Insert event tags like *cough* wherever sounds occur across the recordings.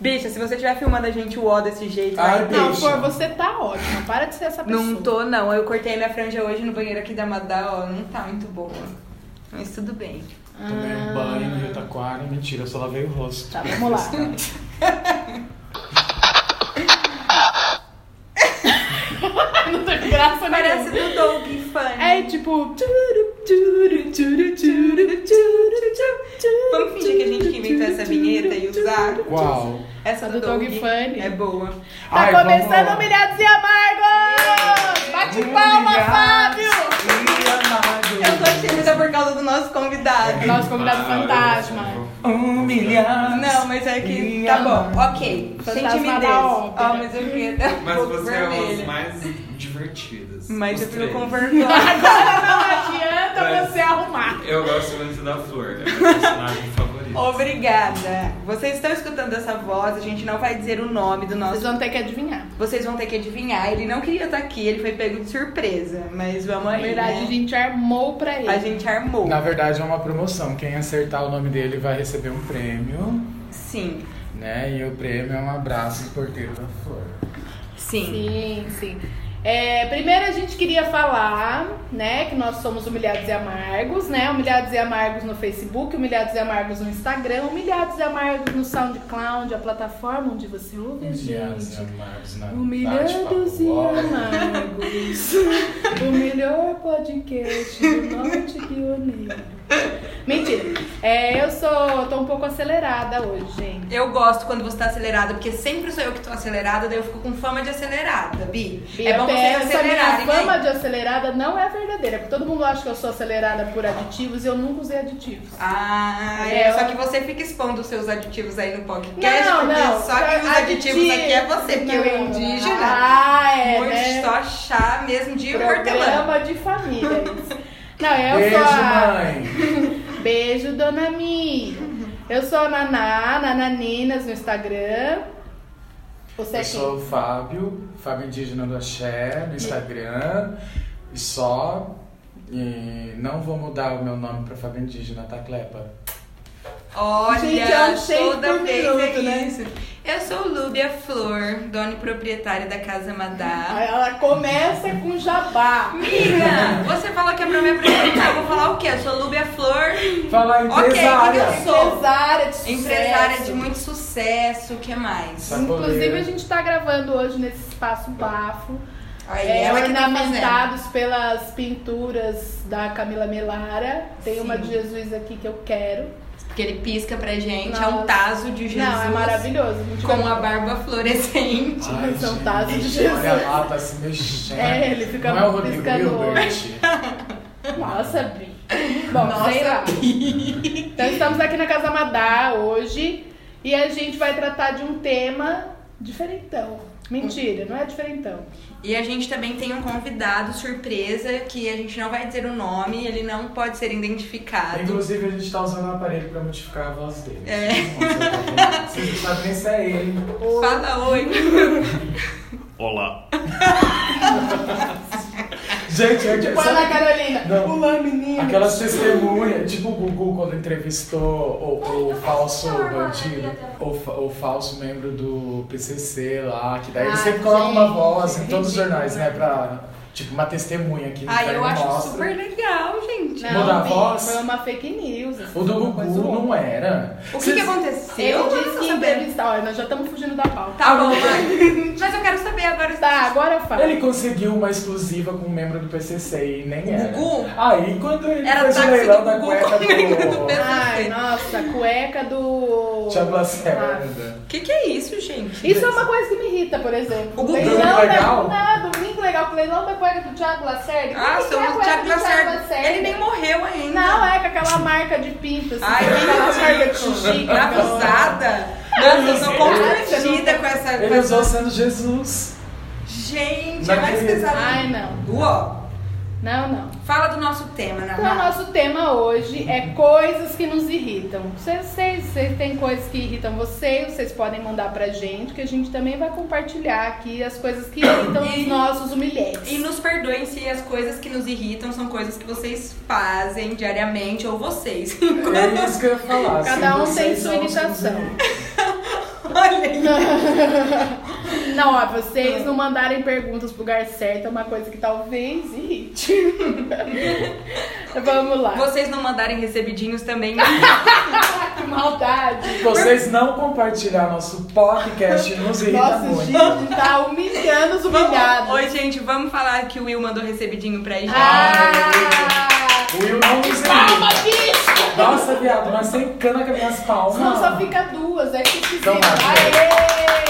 Bicha, se você estiver filmando a gente o ó desse jeito, vai Ai, ter. bicho. Não, Flor, você tá ótima. Para de ser essa pessoa. Não tô, não. Eu cortei minha franja hoje no banheiro aqui da Madá, ó. Não tá muito boa. Mas tudo bem. Tomei um banho no Rio Taquara. Mentira, eu só lavei o rosto. Ah. Tá, vamos lá. *laughs* Não tem graça Parece nenhuma. do Doug Funny. É tipo. tchuru, tchuru, tchuru, tchuru, tchuru, tchuru, tchuru, Vamos fingir que a gente que inventou essa vinheta e usar. Qual? Essa do, Do Doug Funny. É boa. Tá Ai, vamos começando lá. Humilhados e Amargos! Bate palma, Fábio! Eu tô tímida por causa do nosso convidado. Nosso Ah, convidado fantasma. Um Humilhado. Não, mas é que. Tá bom, ok. Sem Fantasma timidez. da Ó, ópera. mas eu fiquei até um Mas pouco você é vermelha. uma das mais divertidas. Mas Os eu fico três. com *laughs* vergonha. Não adianta Vai. você arrumar. Eu gosto muito da Flor, é meu personagem *laughs* favorito. Obrigada. Vocês estão escutando essa voz, a gente não vai dizer o nome do Vocês nosso. vão ter que adivinhar. Vocês vão ter que adivinhar. Ele não queria estar aqui, ele foi pego de surpresa. Mas vamos Na aí. verdade, a né? gente armou pra ele. a gente armou. Na verdade é uma promoção. Quem acertar o nome dele vai receber um prêmio, Sim, né? E o prêmio é um abraço do porteiro da flor. sim. Sim, sim. É, primeiro a gente queria falar, né, que nós somos Humilhados e Amargos, né? Humilhados e Amargos no Facebook, Humilhados e Amargos no Instagram, Humilhados e Amargos no SoundCloud, a plataforma onde você ouve a Humilhados e gente. amados Um na Humilhados e Amargos, *laughs* o melhor podcast do Norte Pioneiro. Mentira, É, eu sou, tô um pouco acelerada hoje, gente. Eu gosto quando você tá acelerada, porque sempre sou eu que tô acelerada, daí eu fico com fama de acelerada, Bi. é bom Até você essa acelerar, minha fama de acelerada não é verdadeira, porque todo mundo acha que eu sou acelerada por aditivos e eu nunca usei aditivos. Ah, É, é. eu- Só que você fica expondo os seus aditivos aí no podcast, Não, porque não, só que os aditivo- aditivos aqui é você, porque eu é Não. indígena. Ah, é, Muito né? só chá mesmo de hortelã. Programa de família. isso. Não, eu Beijo, sou a... mãe! Beijo, dona Mi. Eu sou a Naná, Nananinas no Instagram. Você é Eu quem? sou o Fábio, Fábio Indígena do Axé, no Instagram. E só. E não vou mudar o meu nome pra Fábio Indígena, tá, Clepa? Olha, Gente, é um shake toda por vez é minuto, né? isso. Eu sou Lúbia Flor, dona e proprietária da Casa *laughs* Madá. Aí Ela começa com jabá. Amiga, você falou que é pra me apresentar. Eu vou falar o quê? Eu sou Lúbia Flor, Fala empresária! quem que eu sou? Empresária de sucesso. empresária de muito sucesso. O que mais? Sacoleira. Inclusive, a gente tá gravando hoje nesse espaço bafo. Aí, É, ela que tá fazendo. ornamentados pelas pinturas da Camila Melara. Tem Sim. uma de Jesus aqui que eu quero. Porque ele pisca pra gente. É Nossa. um taso de Jesus. Não, é maravilhoso. a gente Com vai- a barba fluorescente. Ai, São Tazo um de gente, Jesus. Olha lá, tá se mexendo. É, ele fica Não é o Rodrigo piscando o olho. Hilbert. Nossa, Bi. Bom, Nossa, sei lá. Então estamos aqui na Casa Madá hoje e a gente vai tratar de um tema diferentão. Mentira, não é diferentão. E a gente também tem um convidado surpresa que a gente não vai dizer o nome, ele não pode ser identificado. *laughs* Inclusive, a gente tá usando o aparelho pra modificar a voz dele. É. Vocês não sabem nem se é ele. Fala *laughs* oi. Olá. Gente, é que, Tipo a Ana sabe, Carolina. Não. Olá, menina. aquelas testemunhas, tipo o Gugu quando entrevistou o, então o falso bandido, o, fa- o falso membro do PCC lá, que daí Ah, ele sempre coloca uma gente, voz em todos os ridículo. jornais, né, pra, tipo, uma testemunha que é Ai, daí eu não acho mostra. super legal, gente. Não, Mudar a Bi, voz? Foi uma fake news. assim, O do uma coisa Gugu louca. não era. O que, Vocês- que aconteceu? Eu Eu disse não que tô sabendo. entrevistar. Olha, nós já estamos fugindo da pauta. Tá bom, mãe. Mas eu quero saber agora. Tá, agora eu falo. Ele conseguiu uma exclusiva com um membro do PCC e nem era. Gugu? Aí quando ele Era fez o táxi do leilão da Gugu cueca com o membro do do PCC. Ai, nossa, cueca do. Tiago Ah. Lacerda. O que, que é isso, gente? Isso é uma coisa que me irrita, por exemplo. O Gugu. leilão Domingo é Legal? da. ah, Não, domingo é legal. O leilão da cueca do Thiago Lacerda. Ah, Como que é a somos o cueca Thiago do Lacerda. Ele é nem morreu ainda. né? Não, é com aquela marca de pinto, assim. Ai, é com aquela marca de que xixi. ridículo. com aquela- Abusada. Tá Nossa, eu sou constrangida com essa... com Ele essa- usou sendo Jesus. Gente, é Naquele- mais pesado. Ai, não. Uó, Não, não. fala do nosso tema, Então, o Naná. nosso tema hoje é coisas que nos irritam. Vocês, vocês, vocês têm coisas que irritam vocês, vocês podem mandar pra gente, que a gente também vai compartilhar aqui as coisas que irritam E- os nossos humilhantes. E nos perdoem se as coisas que nos irritam são coisas que vocês fazem diariamente, ou vocês. *laughs* É isso que eu ia falar. Cada Se um tem vocês sua são os irritação. cozinheiros. Olha, sei. Não, ó, vocês não mandarem perguntas pro lugar certo é uma coisa que talvez irrite. *laughs* Vamos lá. Vocês não mandarem recebidinhos também. né? *laughs* Que maldade. Vocês não compartilhar nosso podcast nos irrita Nossa, o muito. Gigi tá humilhando os humilhados. Oi, gente, vamos falar que o Will mandou recebidinho pra gente. Ah! O Will não nos Calma, irrita. bicho! Nossa, viado, mas sem cana com as minhas palmas. Senão só fica duas, é que esquisito. Então vai, Aê!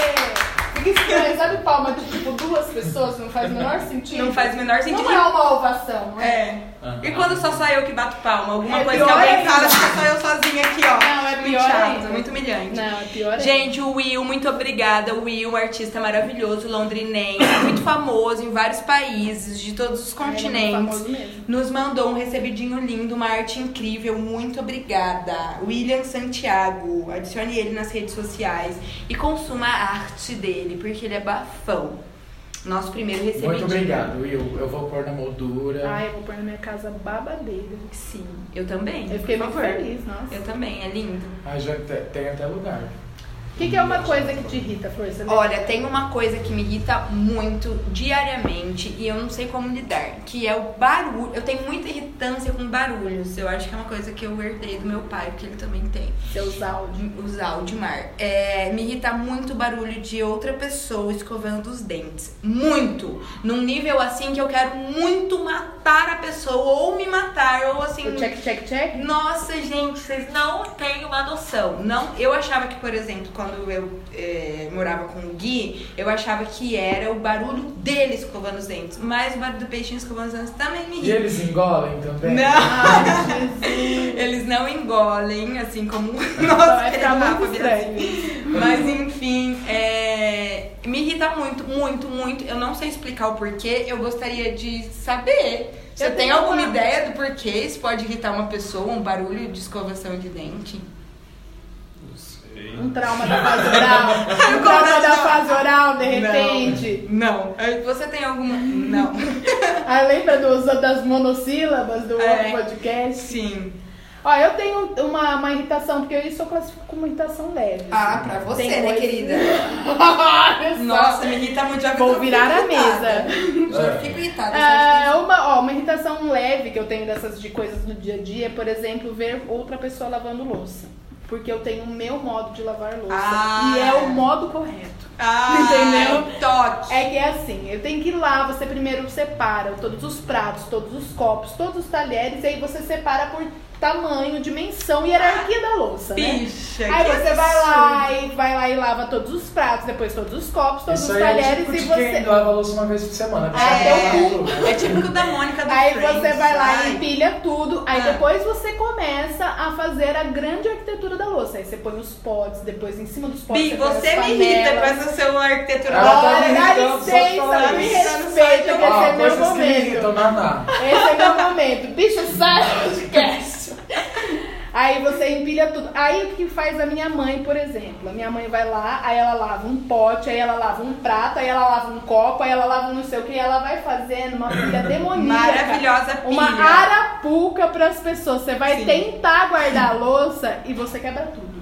Fica estranho, sabe palma de tipo duas pessoas? Não faz o menor sentido? Não faz o menor sentido. Não é uma ovação, não é? É. E quando só só eu que bato palma? Alguma É coisa que pior alguém ainda. fala, só só eu sozinha aqui, ó. Não, é muito pior chato, ainda. muito humilhante. Não, é pior ainda. Gente, o Will, muito obrigada. O Will, um artista maravilhoso, londrinense, muito famoso em vários países, de todos os É, ele é muito continentes. famoso mesmo. Nos mandou um recebidinho lindo, uma arte incrível, muito obrigada. William Santiago, adicione ele nas redes sociais e consuma a arte dele, porque ele é bafão. Nosso primeiro recebidinho. Muito obrigado, Will. Eu vou pôr na moldura. É. Ai, eu vou pôr na minha casa babadeira. Sim, eu também. Eu fiquei Por muito favor. feliz, nossa. Eu também, é lindo. Ai, Ah, já te- tem até lugar. O que, que é uma coisa que te irrita, Força? né? Olha, tem uma coisa que me irrita muito diariamente e eu não sei como lidar, que é o barulho. Eu tenho muita irritância com barulhos. Eu acho que é uma coisa que eu herdei do meu pai, porque ele também tem. Seus áudios. de usar o de mar. É, me irrita muito o barulho de outra pessoa escovando os dentes. Muito! Num nível assim que eu quero muito matar a pessoa, ou me matar, ou assim. O check, *laughs* check, check. Nossa, gente, vocês não têm uma noção. Não, eu achava que, por exemplo, quando eu eh, morava com o Gui, eu achava que era o barulho dele escovando os dentes. Mas o barulho do peixinho escovando os dentes também me E irrita. eles engolem também? Não, Ai, Ah, Jesus. eles não engolem, assim como *laughs* o Vai nosso querido ficar muito Rafa Biasi. estranho. Mas enfim, é, me irrita muito, muito, muito. Eu não sei explicar o porquê, eu gostaria de saber. Você Eu tem tenho alguma uma. ideia do porquê isso pode irritar uma pessoa, um barulho de escovação de dente? Não sei. Um trauma da fase *laughs* oral. Um trauma da fase oral, de repente. Não. não. Você tem alguma. Não. Ah, lembra dos, das monossílabas do É. outro podcast? Sim. Ó, eu tenho uma, uma irritação, porque isso eu classifico como irritação leve. Ah, pra você, Tem né, coisa- querida? Olha *laughs* só. Nossa, me irrita muito. Já Vou fico virar a irritada. Já É. fico irritada. É, uma, ó, uma irritação leve que eu tenho dessas de coisas do dia a dia é, por exemplo, ver outra pessoa lavando louça. Porque eu tenho o meu modo de lavar louça. Ah. E é o modo correto. Ah, Entendeu? Toque. É que é assim, eu tenho que ir lá, você primeiro separa todos os pratos, todos os copos, todos os talheres, e aí você separa por tamanho, dimensão e hierarquia da louça, né? Bicha. Aí que você vai absurdo. lá e vai lá e lava todos os pratos, depois todos os copos, todos Isso os aí é talheres tipo e de você. quem lava a louça uma vez por semana. porque Ah, ela é. lava tudo. É típico da Mônica do Aí Friends. você vai lá e Ai, empilha tudo, aí Ah. É. depois você começa a fazer a grande arquitetura da louça. Aí você põe os potes, depois em cima dos potes. Bi, põe as você me panelas. irrita com essa sua arquitetura. Ela tá Olha, me dá irritando, só licença, fala me isso. respeita, que esse Ah, é meu coisas que me momento. irritam, Naná. Esse é meu momento. Bicho, sai do podcast. Aí você empilha tudo. Aí o que faz a minha mãe, por exemplo? A minha mãe vai lá, aí ela lava um pote, aí ela lava um prato, aí ela lava um copo, aí ela lava um não sei o que, e ela vai fazendo uma pilha demoníaca. Maravilhosa pilha. Uma arapuca pras pessoas. Você vai Sim. tentar guardar a louça e você quebra tudo.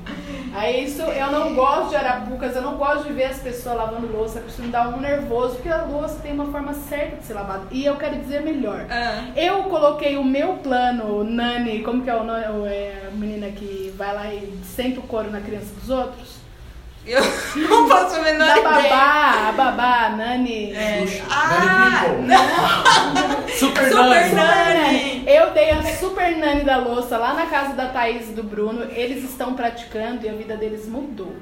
Aí isso, eu não gosto de arapucas, eu não gosto de ver as pessoas lavando louça, porque isso me dá um nervoso, porque a louça tem uma forma certa de ser lavada. E eu quero dizer melhor. Ah, Eu coloquei o meu plano, o Nani, como que é o nome, o, é, a menina que vai lá e senta o couro na criança dos outros? eu não posso a menor Da ideia. babá, a babá, a Nani. É. Very Ah, people. Super, Super Nanny. Nanny. é Nani. Eu dei a super Nani da louça lá na casa da Thaís e do Bruno. Eles estão praticando e a vida deles mudou.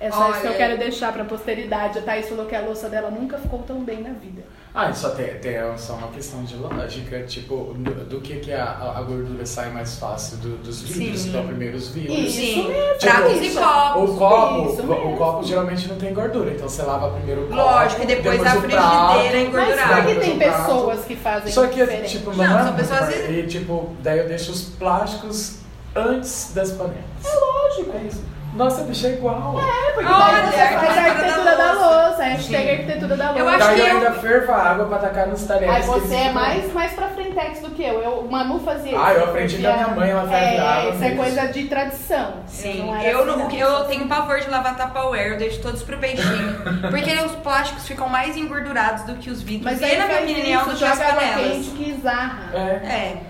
É só isso que eu Olha. quero deixar pra posteridade. A Thaís falou que a louça dela nunca ficou tão bem na vida. Ah, só tem, tem só uma questão de lógica, tipo, do, do que que a, a- a gordura sai mais fácil do- dos vidros, Sim. que é o primeiro os vidros. Isso sim. mesmo, Pratos isso. e copos. Tipo, O copo, Isso o mesmo. copo geralmente não tem gordura, então você lava primeiro o copo. Lógico, e depois a o frigideira é prato. Mas engordurada. por que tem Engordurado. pessoas que fazem Só que, diferente? tipo, Não, não é são muito pessoas pra- E, tipo, daí eu deixo os plásticos antes das panelas. É lógico. Nossa, bicho é igual. É, porque Olha, daí você faz é a arquitetura arquitetura da da louça. é Aí hashtag arquitetura da Eu loja. acho Daí que eu eu- ainda fervo a água pra tacar nos talheres. Aí que eles você é ficam. mais, mais pra frentex do que eu. eu. o Manu fazia isso. Ah, eu aprendi da minha mãe, ela faz É, água isso é mesmo. coisa de tradição. Sim, não era eu, assim, não, eu tenho pavor de lavar Tupperware, eu deixo todos pro peixinho. *laughs* porque os plásticos ficam mais engordurados do que os vidros. Mas e aí na minha faz opinião, isso, do que as joga água panelas. quente que esarra. É. É,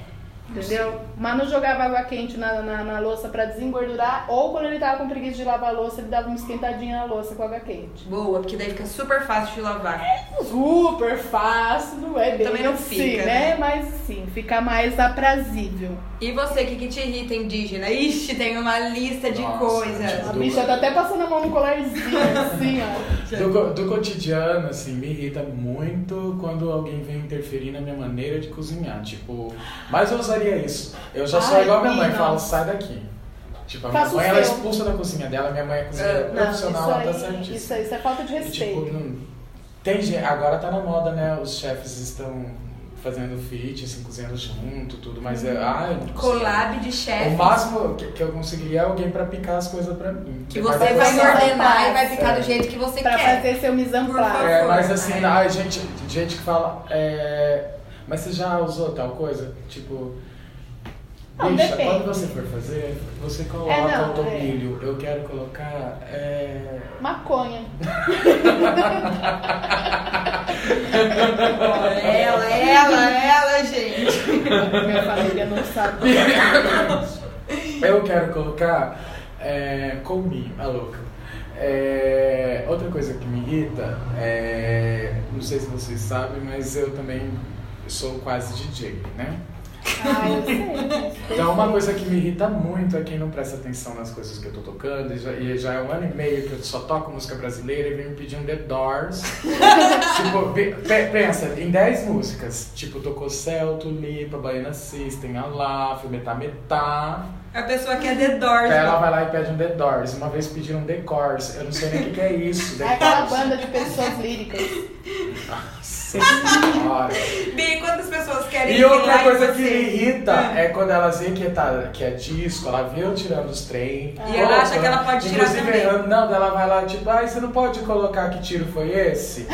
Entendeu? Manu jogava água quente na, na, na louça pra desengordurar, ou quando ele tava com preguiça de lavar a louça, ele dava uma esquentadinha na louça com água quente. boa, porque daí fica super fácil de lavar. Super fácil, não é bem Também não assim, fica, né? né? Mas sim, fica mais aprazível. E você, o que, que te irrita indígena? Ixi, tem uma lista de Nossa, A coisas. Do- bicha tá até passando a mão no colarzinho, assim, ó. Do, co- do cotidiano, assim, me irrita muito quando alguém vem interferir na minha maneira de cozinhar. Tipo, mas eu usaria isso. Eu já sou Ai, igual a minha mãe, não. falo, sai daqui. Tipo, a minha Faça o mãe, ela é seu. expulsa da cozinha dela, minha mãe é cozinheira Não, profissional, ela tá isso, aí, certíssima. isso, aí, isso é falta de E, tipo, respeito. não- tem gente, agora tá na moda, né? Os chefes estão fazendo feat, assim, cozinhando junto, tudo, mas Uhum. é. Ai, não Collab de consigo. O chefe. máximo que, que eu conseguiria é alguém pra picar as coisas pra mim. Que Mas você depois- vai coisa ordenar faz. e vai ficar do jeito que você pra quer. fazer seu mise en Por place. favor. É, mas assim, É. ai, gente, gente que fala. é, mas você já usou tal coisa? Tipo. Não, bicha, depende. quando você for fazer, você coloca É, não, o tomilho. Eu quero colocar. é, *laughs* Maconha. Ela, ela, ela, gente. Minha família não *laughs* sabe. Eu quero colocar é, comi, a louca. É, outra coisa que me irrita é. Não sei se vocês sabem, mas eu também sou quase DJ, né? Ah, eu sei. Então, uma coisa que me irrita muito é quem não presta atenção nas coisas que eu tô tocando. E já, e já é um ano e meio que eu só toco música brasileira e vem me pedir um The *laughs* Doors. tipo, pe- pe- pensa, em 10 músicas. Tipo, tocou Celto, Lipa, Baiana System, Alaf, Metá Metá. A pessoa quer The Doors. Ela vai lá e pede um The Doors. Uma vez pediram um The Course. Eu não sei nem o que, que é isso. É The aquela Course. banda de pessoas líricas. Senhora. Bem, quantas pessoas querem E outra lá coisa você? que me irrita Ah. é quando ela vê que, tá, que é disco, ela vê eu tirando os trem. E ela acha que ela pode tirar Inclusive, também. eu- Não, ela vai lá, tipo, ai, você não pode colocar que tiro foi esse?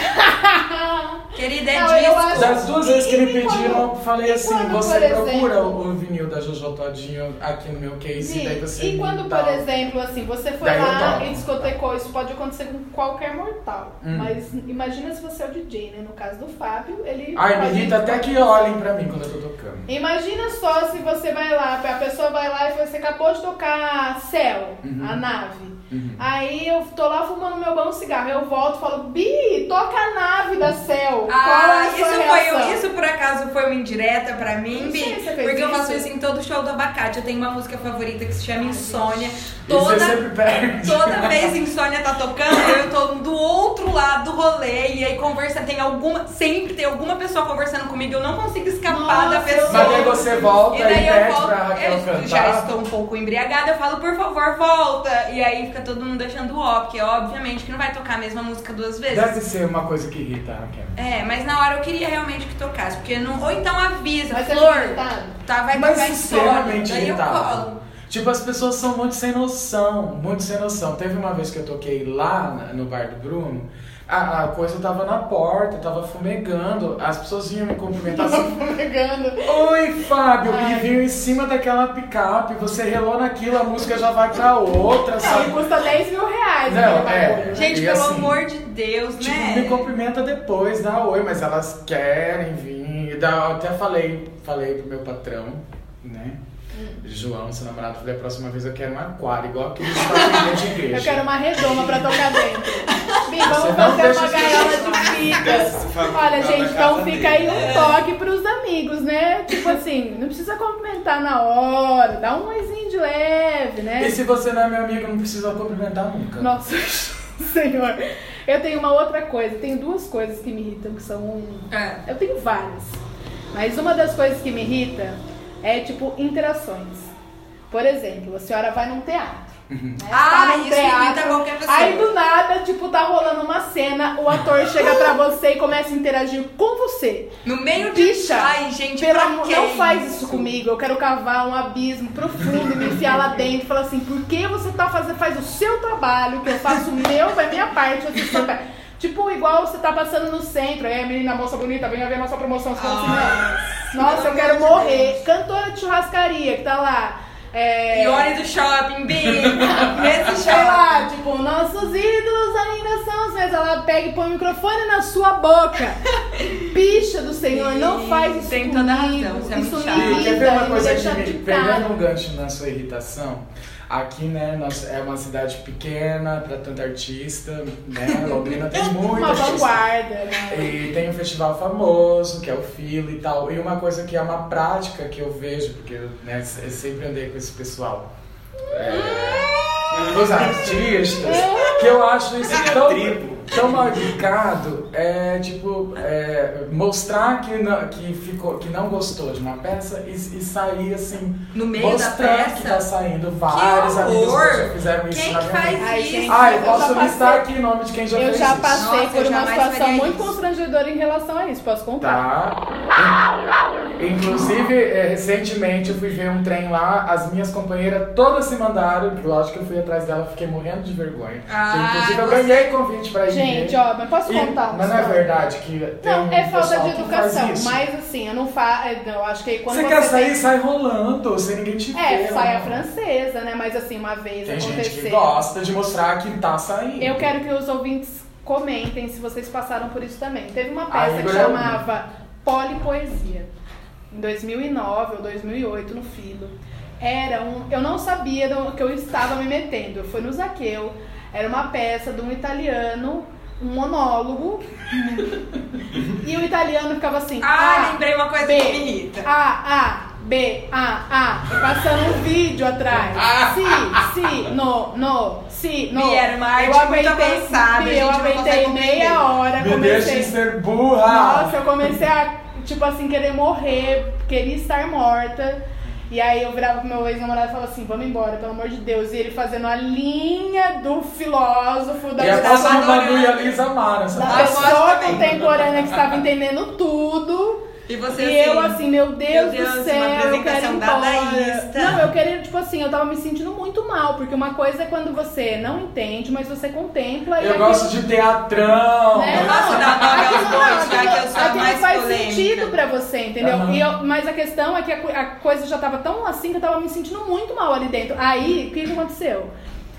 Querida, é Não, eu disco. acho- Das duas E- vezes que me e quando- pediram, eu falei e assim, quando, você por procura exemplo- o vinil da Jojo Todinho aqui no meu case, e daí você... e quando, dá por um- exemplo, assim, você foi Daí eu lá toco. e discotecou, isso pode acontecer com qualquer mortal. Hum. Mas imagina se você é o DJ, né? No caso do Fábio, ele. Ai, tá me pode- irrita até que olhem pra mim quando eu tô tocando. Imagina só se você vai lá, a pessoa vai lá e você acabou de tocar céu, a nave. Uhum. Aí eu tô lá fumando meu bom cigarro, eu volto e falo, Bi, toca a nave da céu. Qual é Ah, a sua isso, reação?" foi, isso por acaso foi uma indireta pra mim, Não sei, Bi? você fez Porque eu faço isso? isso em todo show do abacate. Eu tenho uma música favorita que se chama Insônia. E você Toda *laughs* é sempre perde. Toda vez Insônia tá tocando, eu tô do outro lado do rolê e aí conversa, tem alguma, sempre tem alguma pessoa conversando comigo, eu não consigo escapar Nossa, da pessoa. Mas é daí você volta e, e daí eu pede volto, pra Raquel eu cantar. já estou um pouco embriagada, eu falo, por favor, volta. E aí fica todo mundo deixando o ó, porque é obviamente que não vai tocar a mesma música duas vezes. Deve ser uma coisa que irrita, Raquel. É, mas na hora eu queria realmente que tocasse, porque não. Ou então avisa, Mas você flor, fica irritado? tá, vai Mas tocar Insônia. extremamente Daí eu irritado. colo. Tipo, as pessoas são muito sem noção, muito sem noção. Teve uma vez que eu toquei lá na- no bar do Bruno, a, a coisa tava na porta, tava fumegando, as pessoas vinham me cumprimentar assim. *laughs* Pegando. Oi, Fábio! Ai. E vinham em cima daquela picape, você relou naquilo, a música já vai pra outra, Aí sabe? custa 10 mil reais. Não, aquele é. bagulho, né? Gente, E pelo assim, amor de Deus, Tipo, né? me cumprimenta depois, dá oi, mas elas querem vir. E dá- Eu até falei, falei pro meu patrão, né? Hum. João, seu namorado, falei, a próxima vez eu quero um aquário, igual aquele aquele de igreja. *laughs* Eu quero uma redoma pra tocar dentro. Bi, vamos Você não fazer deixa uma os gaiola bichos de Desce, fitas. vai Olha, colocar na gente, então casa fica aí dele. um toque pros amigos, né? Tipo assim, não precisa cumprimentar na hora, dá um oizinho de leve, né? E se você não é meu amigo, não precisa cumprimentar nunca. Nossa, *laughs* senhor. Eu tenho uma outra coisa, tenho duas coisas que me irritam, que são. um- É. Eu tenho várias. Mas uma das coisas que me irrita é, tipo, interações. Por exemplo, a senhora vai num teatro. né? Ah, Tá num isso irrita qualquer pessoa. Aí do nada, tipo, tá rolando uma cena, o *laughs* ator chega pra você e começa a interagir com você. No meio de. Bicha, Ai, gente, pelo pra amor, que não faz isso isso comigo. Eu quero cavar um abismo profundo e me enfiar lá dentro. e Falar assim, por que você tá fazendo, faz o seu trabalho, que eu faço o meu, vai minha é parte, eu faço a sua parte. Tipo, igual você tá passando no centro, aí a menina moça bonita vem ver a nossa promoção. Você fala Nossa, assim, não, nossa, eu pelo quero amor de morrer. Cantora de churrascaria que tá lá. É, Ione do shopping, *laughs* bica. Nesse sei shopping. lá, tipo, nossos ídolos ainda são os mesmos. Ela pega e põe o microfone na *laughs* sua boca. Bicha do Senhor, não faz isso Tem comigo. toda a razão, você é muito isso chata. me E irrita, quer ver uma me coisa deixa que me picada. pegando um gancho na sua irritação? Aqui, né, nós, é uma cidade pequena pra tanto artista, *laughs* né? Londrina tem muito Uma artista. vanguarda, né? E tem um festival famoso, que é o Filo e tal. E uma coisa que é uma prática que eu vejo, porque né, eu sempre andei com esse pessoal. É, os artistas, que eu acho isso Seria tão, tribo. tão mal educado, é tipo, é, mostrar que não, que, ficou, que não gostou de uma peça e, e sair assim, No meio da mostrando peça? que tá saindo vários amigos meus já horror! fizeram isso Quem na que minha faz vida. Ai, isso? gente, Ah, eu Eu já posso listar passei- aqui o nome de quem já Eu fez já é isso. passei Nossa, por eu uma jamais situação faria muito isso. constrangedora em relação a isso, posso contar. Tá. Inclusive, é, recentemente eu fui ver um trem lá, as minhas companheiras todas se mandaram, lógico que eu fui atrás dela, fiquei morrendo de vergonha. Ah, inclusive, eu você- ganhei convite pra ir. Gente, ver. ó, mas posso E- contar? mas não é só? verdade que tem Não, um é falta pessoal de que faz educação, isso? mas assim, eu não faço. Eu acho que quando Você você, quer sair, tem- sai rolando, sem ninguém te ver. É, sai a né? francesa, né? Mas assim, uma vez Tem aconteceu. gente que gosta de mostrar que tá saindo. Eu quero que os ouvintes comentem se vocês passaram por isso também. Teve uma Ah, peça que Igor é um. chamava Polipoesia, em 2009 ou 2008, no Filo. Era um... Eu não sabia do que eu estava me metendo. Eu fui no Zaqueu. Era uma peça de um italiano, um monólogo. *laughs* e o italiano ficava assim... Ah, lembrei uma coisa B. que me irrita. A, A, B, A, A. E Passando um vídeo atrás. Si, si, no, no, si, no. Ah. Bi, era uma arte eu muito aguentei, avançada, Bi, a gente eu não consegue aguentei compreender. meia hora, Me comecei. deixe ser burra! Nossa, eu comecei a, tipo assim, querer morrer, queria estar morta. E aí eu virava pro meu ex-namorado e falava assim, vamos embora, pelo amor de Deus. E ele fazendo a linha do filósofo da e a você da- próxima próxima tava Manu e a adorando. Lisa Mara, essa da Ah, eu peça. pessoa gosto também. contemporânea que estava entendendo tudo. E você E eu assim, meu Deus, Meu do Deus, céu, uma eu quero ir apresentação embora. dadaísta. Não, eu queria, tipo assim, eu tava me sentindo muito mal, porque uma coisa é quando você não entende, mas você contempla e Eu aquilo- gosto de teatrão! né? Eu gosto da Nova Gaspar, já que eu sou a aquilo mais faz polêmica. sentido pra você, entendeu? Aham. E eu- mas a questão é que a, co- a coisa já tava tão assim que eu tava me sentindo muito mal ali dentro. Aí, o que que aconteceu?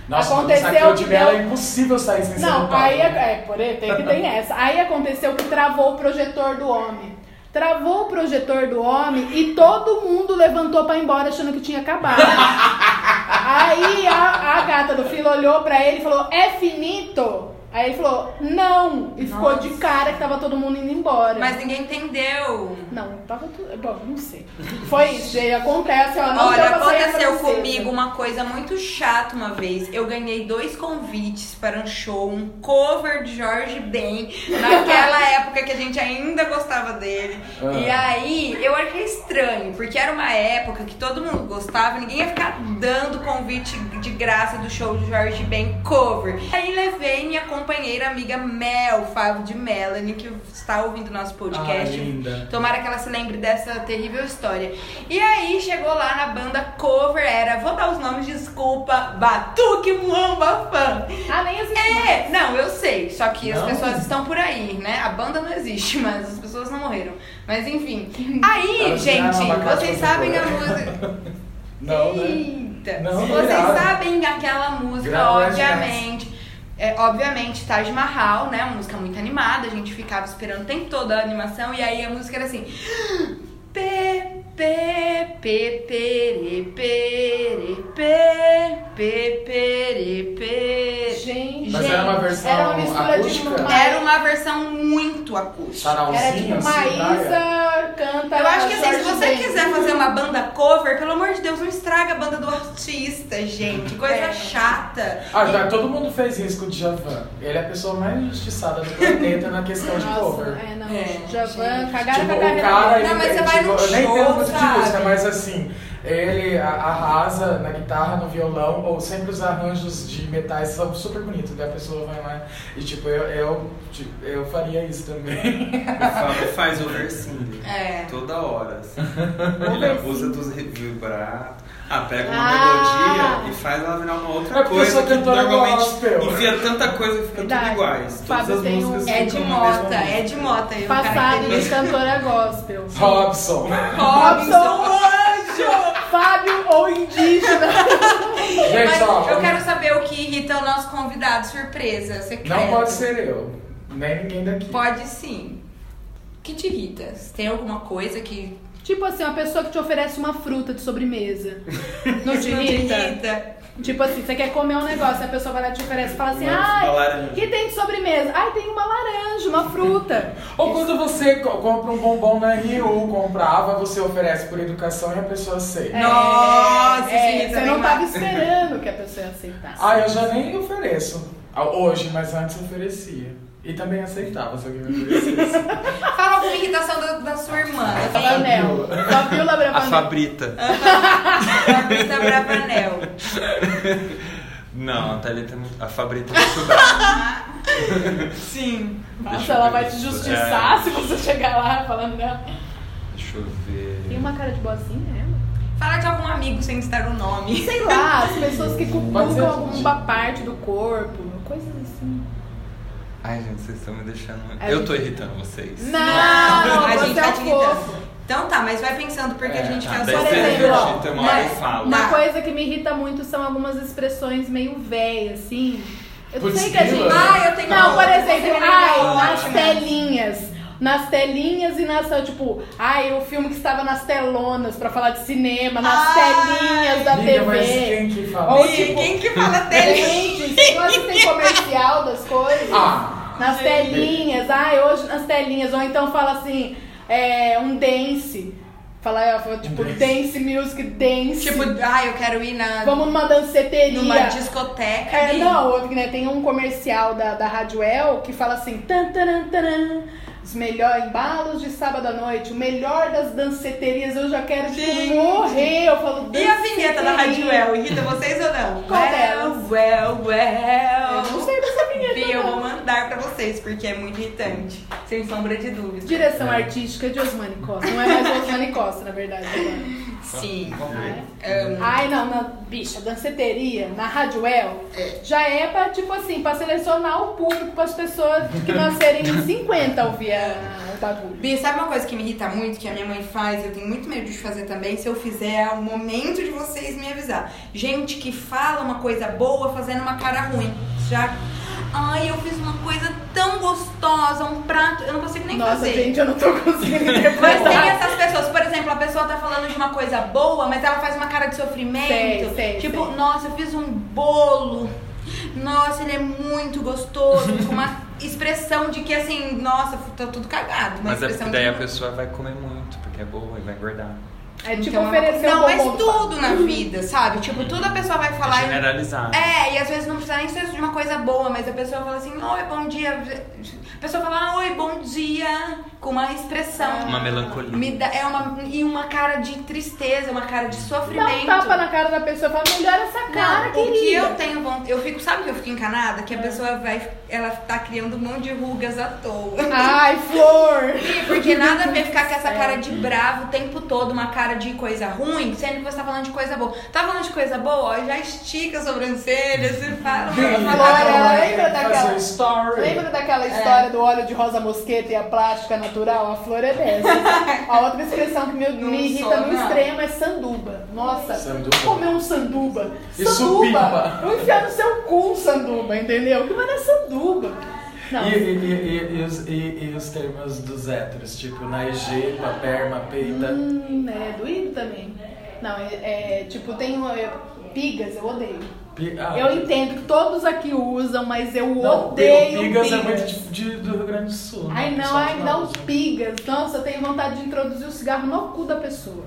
Nossa, Aconteceu aconteceu eu que de Bela deu- é impossível sair sem ser Ah, Não, notada. aí é, é, por aí, tem que tem essa. Aí aconteceu que travou o projetor do homem. Travou o projetor do homem e todo mundo levantou pra ir embora achando que tinha *laughs* acabado. aí a, a gata do filho olhou pra ele e falou: "É finito?" Aí ele falou: "Não." E ficou de cara que tava todo mundo indo embora. Mas ninguém entendeu. Não, tava tudo. Bom, não sei. Foi isso, gente. Acontece, ó. Não Olha, deu pra sair a aconteceu francesa. comigo uma coisa muito chata uma vez. Eu ganhei dois convites para um show, um cover de Jorge Ben, naquela *laughs* época que a gente ainda gostava dele. Ah. E aí eu achei estranho, porque era uma época que todo mundo gostava, ninguém ia ficar dando convite de graça do show de Jorge Ben cover. Aí levei minha companheira amiga Mel, Favo de Melanie, que está ouvindo nosso podcast. Ah, linda. Tomara que ela se lembre dessa terrível história. E aí chegou lá na banda cover, era, vou dar os nomes, desculpa, Batuque Muamba Fã. Ah, nem assisti. É, não, eu sei, só que as Não? pessoas estão por aí, né? A banda não existe, *laughs* mas as pessoas não morreram. Mas enfim. Aí, Elas viraram gente, abacate vocês sabem a música. Não, né? Eita! Não, Vocês virado. sabem aquela música, Grava as obviamente. É, obviamente, Taj Mahal, né? Uma música muito animada, a gente ficava esperando o tempo todo a animação, e aí a música era assim. *gasps* Pê, pê, pê, pere, pere, pê, pê, pere, pê. Gente. Mas era uma versão Era uma mistura acústica? de uma. Era uma versão muito acústica. Era Sarauzinho, tipo assim, praia. Maísa canta. Eu acho que assim, se Jorge você Ben. quiser fazer uma banda cover, pelo amor de Deus, não estraga a banda do artista, gente. Coisa É. chata. Ah, já todo mundo fez isso com o Djavan. Ele é a pessoa mais injustiçada do planeta na questão de Nossa, cover. é, não. É, Javan, gente. cagaram Tipo, com a o carreira. cara... dele. Não, ele- mas você vai tipo, num eu nem show, entendo muito de sabe? música, mas assim... Ele a- arrasa na guitarra, no violão, ou sempre os arranjos de metais são super bonitos. Daí a pessoa vai lá e tipo, eu, eu, tipo, eu faria isso também. *laughs* O Fábio faz oversing. É. Toda hora. assim. Ele abusa dos reviews pra Ah, pega uma Ah. melodia e faz ela virar uma outra É porque eu coisa sou que cantora normalmente gospel. enfia tanta coisa que fica Verdade. tudo iguais. Todas Fábio as tem um- músicas É de ficam a mesma Mota, música. é de Mota. um eu Passado né? caracterizo. de *laughs* cantora gospel. Robson. Robson Anjo! Fábio ou indígena? *laughs* Gente, ó, Mas eu quero saber o que irrita o nosso convidado surpresa. Você não pode ser eu, nem ninguém daqui. Pode sim. O que te irrita? Tem alguma coisa que tipo assim, uma pessoa que te oferece uma fruta de sobremesa. Não te *laughs* não irrita? Tipo assim, você quer comer um negócio, a pessoa vai lá e te oferece e fala assim, Uma fruta ai, laranja." que tem de sobremesa? Ai, tem uma laranja, uma fruta. Ou quando você co- compra um bombom na Rio, comprava, você oferece por educação e a pessoa aceita. Nossa, isso é, irrita você não demais. tava esperando que a pessoa *laughs* ia aceitar. Ah, eu já nem ofereço. Ah, Hoje, mas antes eu oferecia. E também aceitava se alguém me oferecesse. Fala alguma irritação da, da sua irmã. da sua Bravanel. Fabiola A Bravanel. Fabrita. Fabrícia Bravanel. Não, a Thalita é muito. A Fabrita é muito brava. Sim. Nossa, Deixa eu ela ver vai te isso. justiçar É. se você chegar lá falando não. Deixa eu Tem ver. uma cara de boazinha né? ela. Fala de algum amigo sem citar o nome. Sei lá, as pessoas que Pode ser, cutucam alguma gente. parte do corpo, coisas assim. Ai, gente, vocês estão me deixando. A eu gente- tô irritando vocês. É Não, a você gente é vai um te fofo. irritar. Então tá, mas vai pensando porque É, a gente tá, quer o daí seu Por você exemplo. exemplo, deixa, então uma hora eu falo. Uma Tá. coisa que me irrita muito são algumas expressões meio véia, assim. Eu Putz, sei que a gente. grila. Ah, eu tenho Não, por outra, exemplo, você me ai, lembrou, nas ótima. telinhas. Nas telinhas e nas. Tipo, ai, o filme que estava nas telonas pra falar de cinema, nas Ai, telinhas *laughs* da Amiga, mas TV. quem que Ou fala? Ih, tipo- Quem que fala *laughs* dele? Gente, vocês não assistem assim, comercial das coisas? Ah, Nas telinhas, ai, hoje nas telinhas, ou então fala assim, é, um dance. Fala, ó, tipo, Um dance. dance music, dance. Tipo, ah, eu quero ir na, vamos numa danceteria. numa discoteca. É, e- não, né, tem um comercial da, da Rádio El que fala assim, tan, taran, taran, os melhores embalos de sábado à noite, o melhor das danceterias, eu já quero, Gente. tipo, morrer. Eu falo, E a vinheta da danceteria. Rádio El? Irrita vocês ou não? Qual delas? Well, well, É, Eu well. não sei dessa vinheta, E eu não. vou mandar pra vocês, porque é muito irritante. Sem sombra de dúvida. Direção artística de Osmani Costa. Não é mais Osmani Costa, na verdade. agora. Sim. Vamos ver. Amo. Ai, não, na, bicha, danceteria, na Rádio El, já é pra, tipo assim, pra selecionar o público, pras pessoas que nascerem em 50 ouvir a- o bagulho. Bia, sabe uma coisa que me irrita muito, que a minha mãe faz, eu tenho muito medo de fazer também, se eu fizer, é o momento de vocês me avisar. Gente que fala uma coisa boa fazendo uma cara ruim. Já. Ai, eu fiz uma coisa tão gostosa, um prato. Eu não consigo nem Nossa, fazer. gente, eu não tô *laughs* conseguindo interpretar. Mas tem essas pessoas, por exemplo, a pessoa tá falando de uma coisa boa, mas ela faz uma cara de sofrimento. Sei, sei, tipo, sei. nossa, eu fiz um bolo. Nossa, ele é muito gostoso. com *laughs* uma expressão de que assim, nossa, tá tudo cagado. Uma Mas é expressão porque daí de... a pessoa vai comer muito, porque é boa e vai engordar. É tipo Então, é uma- oferecer um Não, bombom mas do Pablo. tudo na vida, sabe? Tipo, tudo a pessoa vai É falar. e- generalizar. É, e às vezes não precisa nem ser de uma coisa boa, mas a pessoa fala assim, oi, bom dia. A pessoa fala, oi, bom dia, com uma expressão. Uma melancolia. Me dá, é uma, e uma cara de tristeza, uma cara de Dá um sofrimento. tapa na cara da pessoa e fala, melhora essa cara, Não, o querida. É. que eu tenho vontade. Eu fico, sabe que eu fico encanada? Que a pessoa vai. Ela tá criando um monte de rugas à toa. *laughs* Ai, flor! Porque nada a ver ficar com essa cara de bravo o tempo todo, uma cara de coisa ruim, sendo que você tá falando de coisa boa. Tá falando de coisa boa, ó, já estica a sobrancelha, você fala. Bia, fala- Agora, vai lembra daquela- Fazer um story. Lembra É. daquela história do óleo de rosa mosqueta e a plástica natural? A flor é dessa. a outra expressão que me, me Não irrita sou, no não. extremo é sanduba. Nossa, Sanduba. comer um sanduba. E sanduba! supipa. Eu enfiar no seu cu um sanduba, entendeu? Que mano é sanduba? Não. E, e- e- e- e os, e- e os termos dos héteros, tipo na IG, na perma, peita. Hum, é doído também. Não, é, é, tipo, tem uma- é, pigas, eu odeio. pi- ah, Eu entendo que todos aqui usam, mas eu não, odeio pi- o Pigas é muito de, de- do Rio Grande do Sul. né? Ai não, Só ai que não, pigas. Nossa, eu tenho vontade de introduzir o cigarro no cu da pessoa.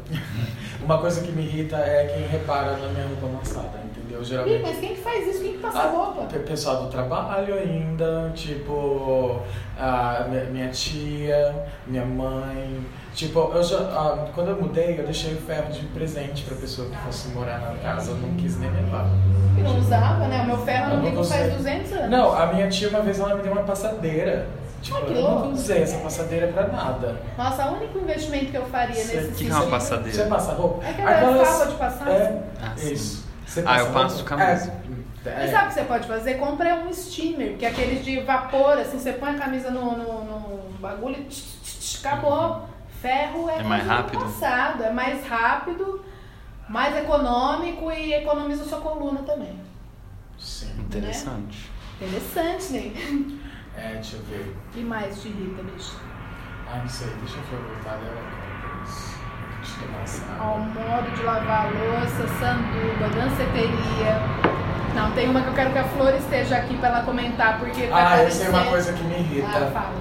Uma coisa que me irrita é quem repara na minha roupa amassada, entendeu? Ih, Geralmente. mas quem que faz isso? Quem que passa Ah, roupa? pe- Pessoal do trabalho ainda, tipo, a mi- minha tia, minha mãe. Tipo, eu já, ah, quando eu mudei, eu deixei o ferro de presente pra pessoa que fosse morar na casa, eu não quis nem levar. Que não usava, né? O meu ferro Eu não não ligo faz consigo. 200 anos. Não, a minha tia uma vez ela me deu uma passadeira Tipo, Ai, que eu nunca louco. usei essa passadeira pra nada. Nossa, o único investimento que eu faria Sei. nesse O que, que é sítio- uma Você passadeira? passa roupa? É que ela Aquelas- fala de passar. assim. É, Ah, sim. isso. Você Ah, eu passa passo roupa? com a mesa. É, E é. sabe o que você pode fazer? Compra um steamer, que é aquele de vapor, assim, você põe a camisa no, no, no bagulho e tch, tch, tch, acabou. Ferro é, É mais coisa do rápido? passado, é mais rápido, mais econômico e economiza sua coluna também. Sim. Interessante. Interessante, né? É, deixa eu ver. E mais de Rita, bicho. Ah, não sei. Deixa eu ver o detalhe. Deixa eu tomar essa Ah. Ó, o água. modo de lavar a louça, sanduba, danceteria. Não, tem uma que eu quero que a Flor esteja aqui pra ela comentar, porque vai Ah, eu sei parecer- uma coisa que me Ah, irrita. fala.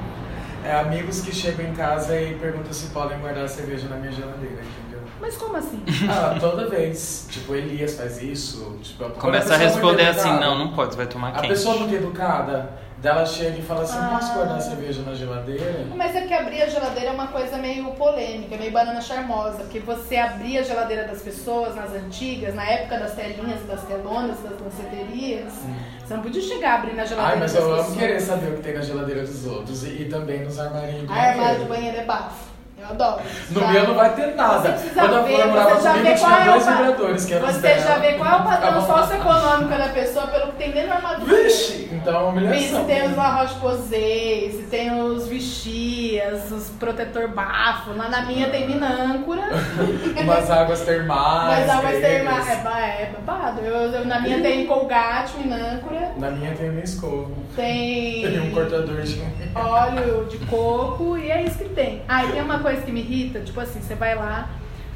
É amigos que chegam em casa e perguntam se podem guardar a cerveja na minha geladeira, *laughs* entendeu? Mas como assim? Ah, toda vez. Tipo, Elias faz isso. Tipo, quando Começa pessoa a é muito responder assim, educada, não, não pode, você vai tomar A quente. pessoa muito educada, dela chega e fala assim, Ah. posso guardar a cerveja na geladeira? Mas é porque abrir a geladeira é uma coisa meio polêmica, meio banana charmosa. Porque você abria a geladeira das pessoas nas antigas, na época das telinhas, das telonas, das danceterias. Você não podia chegar abrindo a geladeira Ai, mas das eu amo pessoas. querer saber o que tem na geladeira dos outros e, e também nos armarinhos. do A armário do banheiro. banheiro é bafo. Eu adoro. No meu não vai ter nada. tá. Você precisa Quando a ver, Flor morava você já comigo, vê qual tinha é o dois pa- vibradores que eram os Você dela. Tá já vê qual é o Ficava padrão lá. socioeconômico da pessoa pelo que tem dentro do armário do banheiro. Vixe, então é uma Isso, humilhação. tem um- os La Roche-Posay, se tem os Vixias, os protetor bafo. Na, na minha tem minâncora. Umas águas termais. Mas a West deles. Terma é, ba- é babado. Eu, eu- na minha tem Colgate, Minâncora, Na minha tem uma escova. tem Tem um cortador de... óleo de coco e é isso que tem. Ah, e tem uma coisa que me irrita, tipo assim, você vai lá,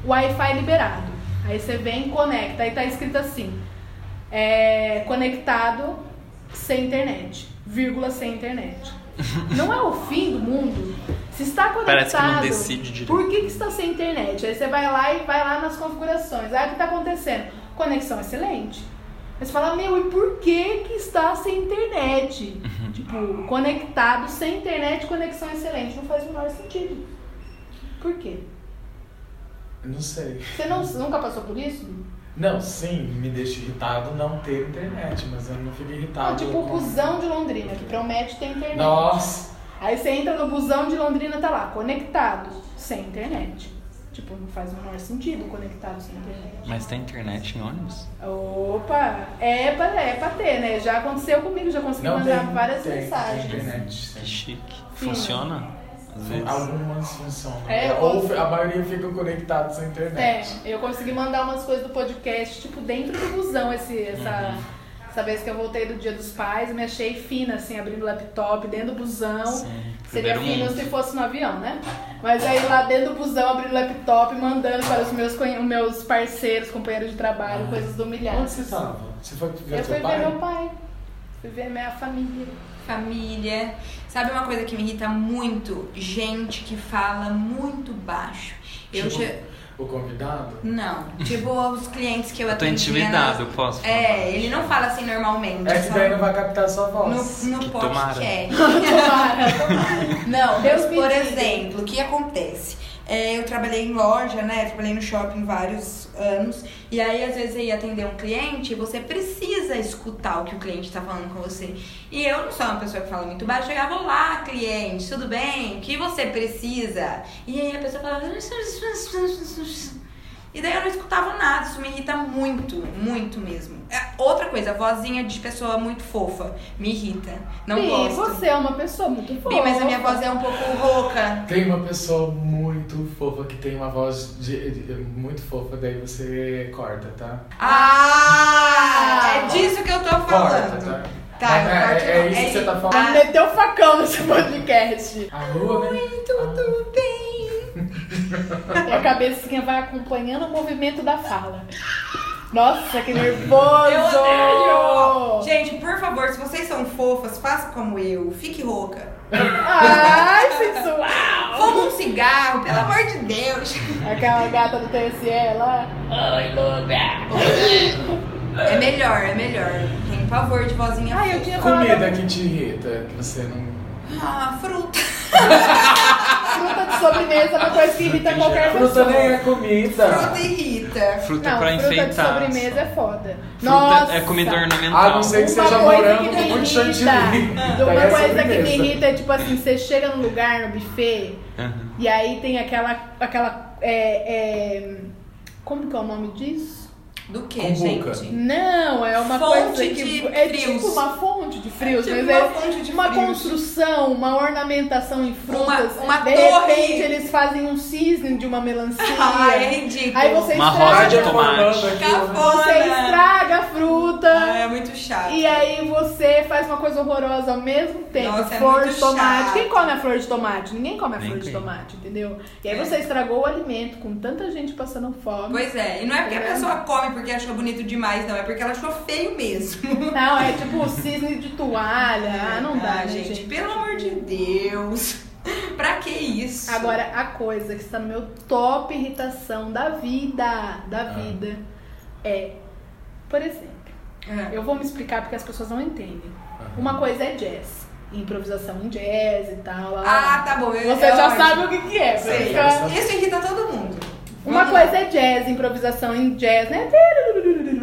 Wi-Fi liberado. Aí você vem, conecta, aí tá escrito assim, é, conectado sem internet, vírgula sem *laughs* internet. Não é o fim do mundo? Se está conectado, Parece que não decide direito. por que, que está sem internet? Aí você vai lá e vai lá nas configurações. Aí o que está acontecendo? Conexão excelente. Aí você fala, meu, e por que que está sem internet? Uhum. tipo, conectado, sem internet, conexão excelente. Não faz o menor sentido. Por quê? Não sei. Você não, nunca passou por isso? Não, sim, me deixa irritado não ter internet, mas eu não fico irritado. Não, tipo, o com- busão de Londrina, que promete ter internet. Nossa, Aí você entra no busão de Londrina, tá lá, conectado, sem internet. Tipo, não faz o menor sentido conectado sem internet. Mas tem internet em ônibus? Opa, é pra, é pra ter, né? Já aconteceu comigo, já consegui não mandar tem, várias tem, mensagens. Tem internet. Que tem. É chique. Sim. Funciona? Às vezes. Algumas funcionam. É, Ou eu- a maioria fica conectado sem É, internet. eu consegui mandar umas coisas do podcast, tipo, dentro do busão, esse, essa, Uhum. essa vez que eu voltei do Dia dos Pais, me achei fina, assim, abrindo laptop, dentro do busão. Sim. Seria Primeiro fino mundo. se fosse no avião, né? Mas aí lá dentro do busão, abrindo laptop, mandando para os meus, conhe- meus parceiros, companheiros de trabalho, Uhum. coisas do milhar. Onde você estava? Você foi ver Eu fui seu ver pai? meu pai, fui ver minha família. família. Sabe uma coisa que me irrita muito? Gente que fala muito baixo. Eu Tipo, já... O convidado? Não. Tipo os clientes que eu Eu tô atendia intimidado, nas- eu posso falar. É, ele não fala assim normalmente. É que só daí não vai captar a sua no, voz. no Que podcast. Tomara, tomara. Não, Deus me por livre. exemplo, o que acontece? É, eu trabalhei em loja, né? Trabalhei no shopping vários anos. E aí, às vezes, você ia atender um cliente e você precisa escutar o que o cliente tá falando com você. E eu não sou uma pessoa que fala muito baixo. Eu chegava, olá, cliente, tudo bem? O que você precisa? E aí a pessoa falava... E daí eu não escutava nada, isso me irrita muito, muito mesmo. É, outra coisa, vozinha de pessoa muito fofa, me irrita. *laughs* Não Bi, gosto. você é uma pessoa muito fofa. Bem, mas a minha voz é um pouco rouca. Tem uma pessoa muito fofa que tem uma voz de- de- muito fofa, daí você corta, tá? Ah! É disso que eu tô Corta, falando. tá? Tá, eu é, corto é, é não, isso que você tá Ah, falando. meteu o facão nesse podcast. A lua, né? Oi, tudo bem? E a cabecinha vai acompanhando o movimento da fala. Nossa, que nervoso! Gente, por favor, se vocês são fofas, faça como eu. Fique rouca. Ai, sensual! Fuma um cigarro, pelo amor de Deus. Aquela gata do TSE lá. Ai, louca! É melhor, é melhor. Tem pavor de vozinha Ai, eu fofa. tinha falado Comida que te irrita, que você não. Ah, fruta. fruta de sobremesa é uma coisa que irrita Fruta em qualquer geral. Fruta pessoa. nem é comida. Fruta irrita. Fruta não, pra fruta enfeitar. de sobremesa é foda. Fruta Nossa! Ah, é comida ornamental. A não ser que Uma seja coisa morango que com me muito irrita. chantilly. Daí Uma é coisa que me sobremesa. irrita é tipo assim, você chega num lugar, no buffet, Aham. e aí tem aquela. aquela é, é, como que é o nome disso? Do que, Cumbuca. gente? Não, é uma Fonte coisa de que. é frios. tipo uma fonte de frios, É tipo mas uma fonte é de uma frios. construção, uma ornamentação em frutas. Uma- uma de torre. repente eles fazem um cisne de uma melancia. *laughs* Ah, é ridículo. Aí você Uma estraga. rosa de Tá deformando tomate. aquilo, né? Cafona. Você estraga a fruta. Ah, é muito chato. E aí você faz uma coisa horrorosa ao mesmo tempo. Nossa, é flor muito de tomate. chato. Quem come a flor de tomate? Ninguém come a Nem flor de quem. tomate, entendeu? E aí É. você estragou o alimento com tanta gente passando fome. Pois é, e não é porque a Grande. pessoa come porque achou bonito demais, não, é porque ela achou feio mesmo. Não, é tipo o cisne de toalha. Ah, não dá, Ah, né, gente, Pelo amor de Deus. *laughs* pra que isso? Agora, a coisa que está no meu top irritação da vida, da vida, é, por exemplo, Ah, eu vou me explicar porque as pessoas não entendem. Aham. Uma coisa é jazz, improvisação em jazz e tal. lá, lá. Ah, tá bom. Eu, Você eu já acho. sabe o que, que é. Sei. porque- Essa- Isso irrita todo mundo. Uhum. Uma Vamos lá. coisa é jazz, improvisação em jazz, né? *laughs*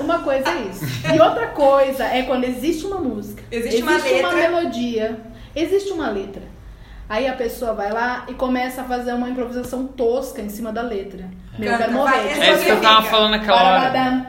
Uma coisa é isso. E outra coisa é quando existe uma música. Existe uma letra. melodia. Existe uma letra. Aí a pessoa vai lá e começa a fazer uma improvisação tosca em cima da letra. Meu, eu Canta, quero vai, morrer. essa É isso que eu tava Fica. falando naquela hora. Parabadá,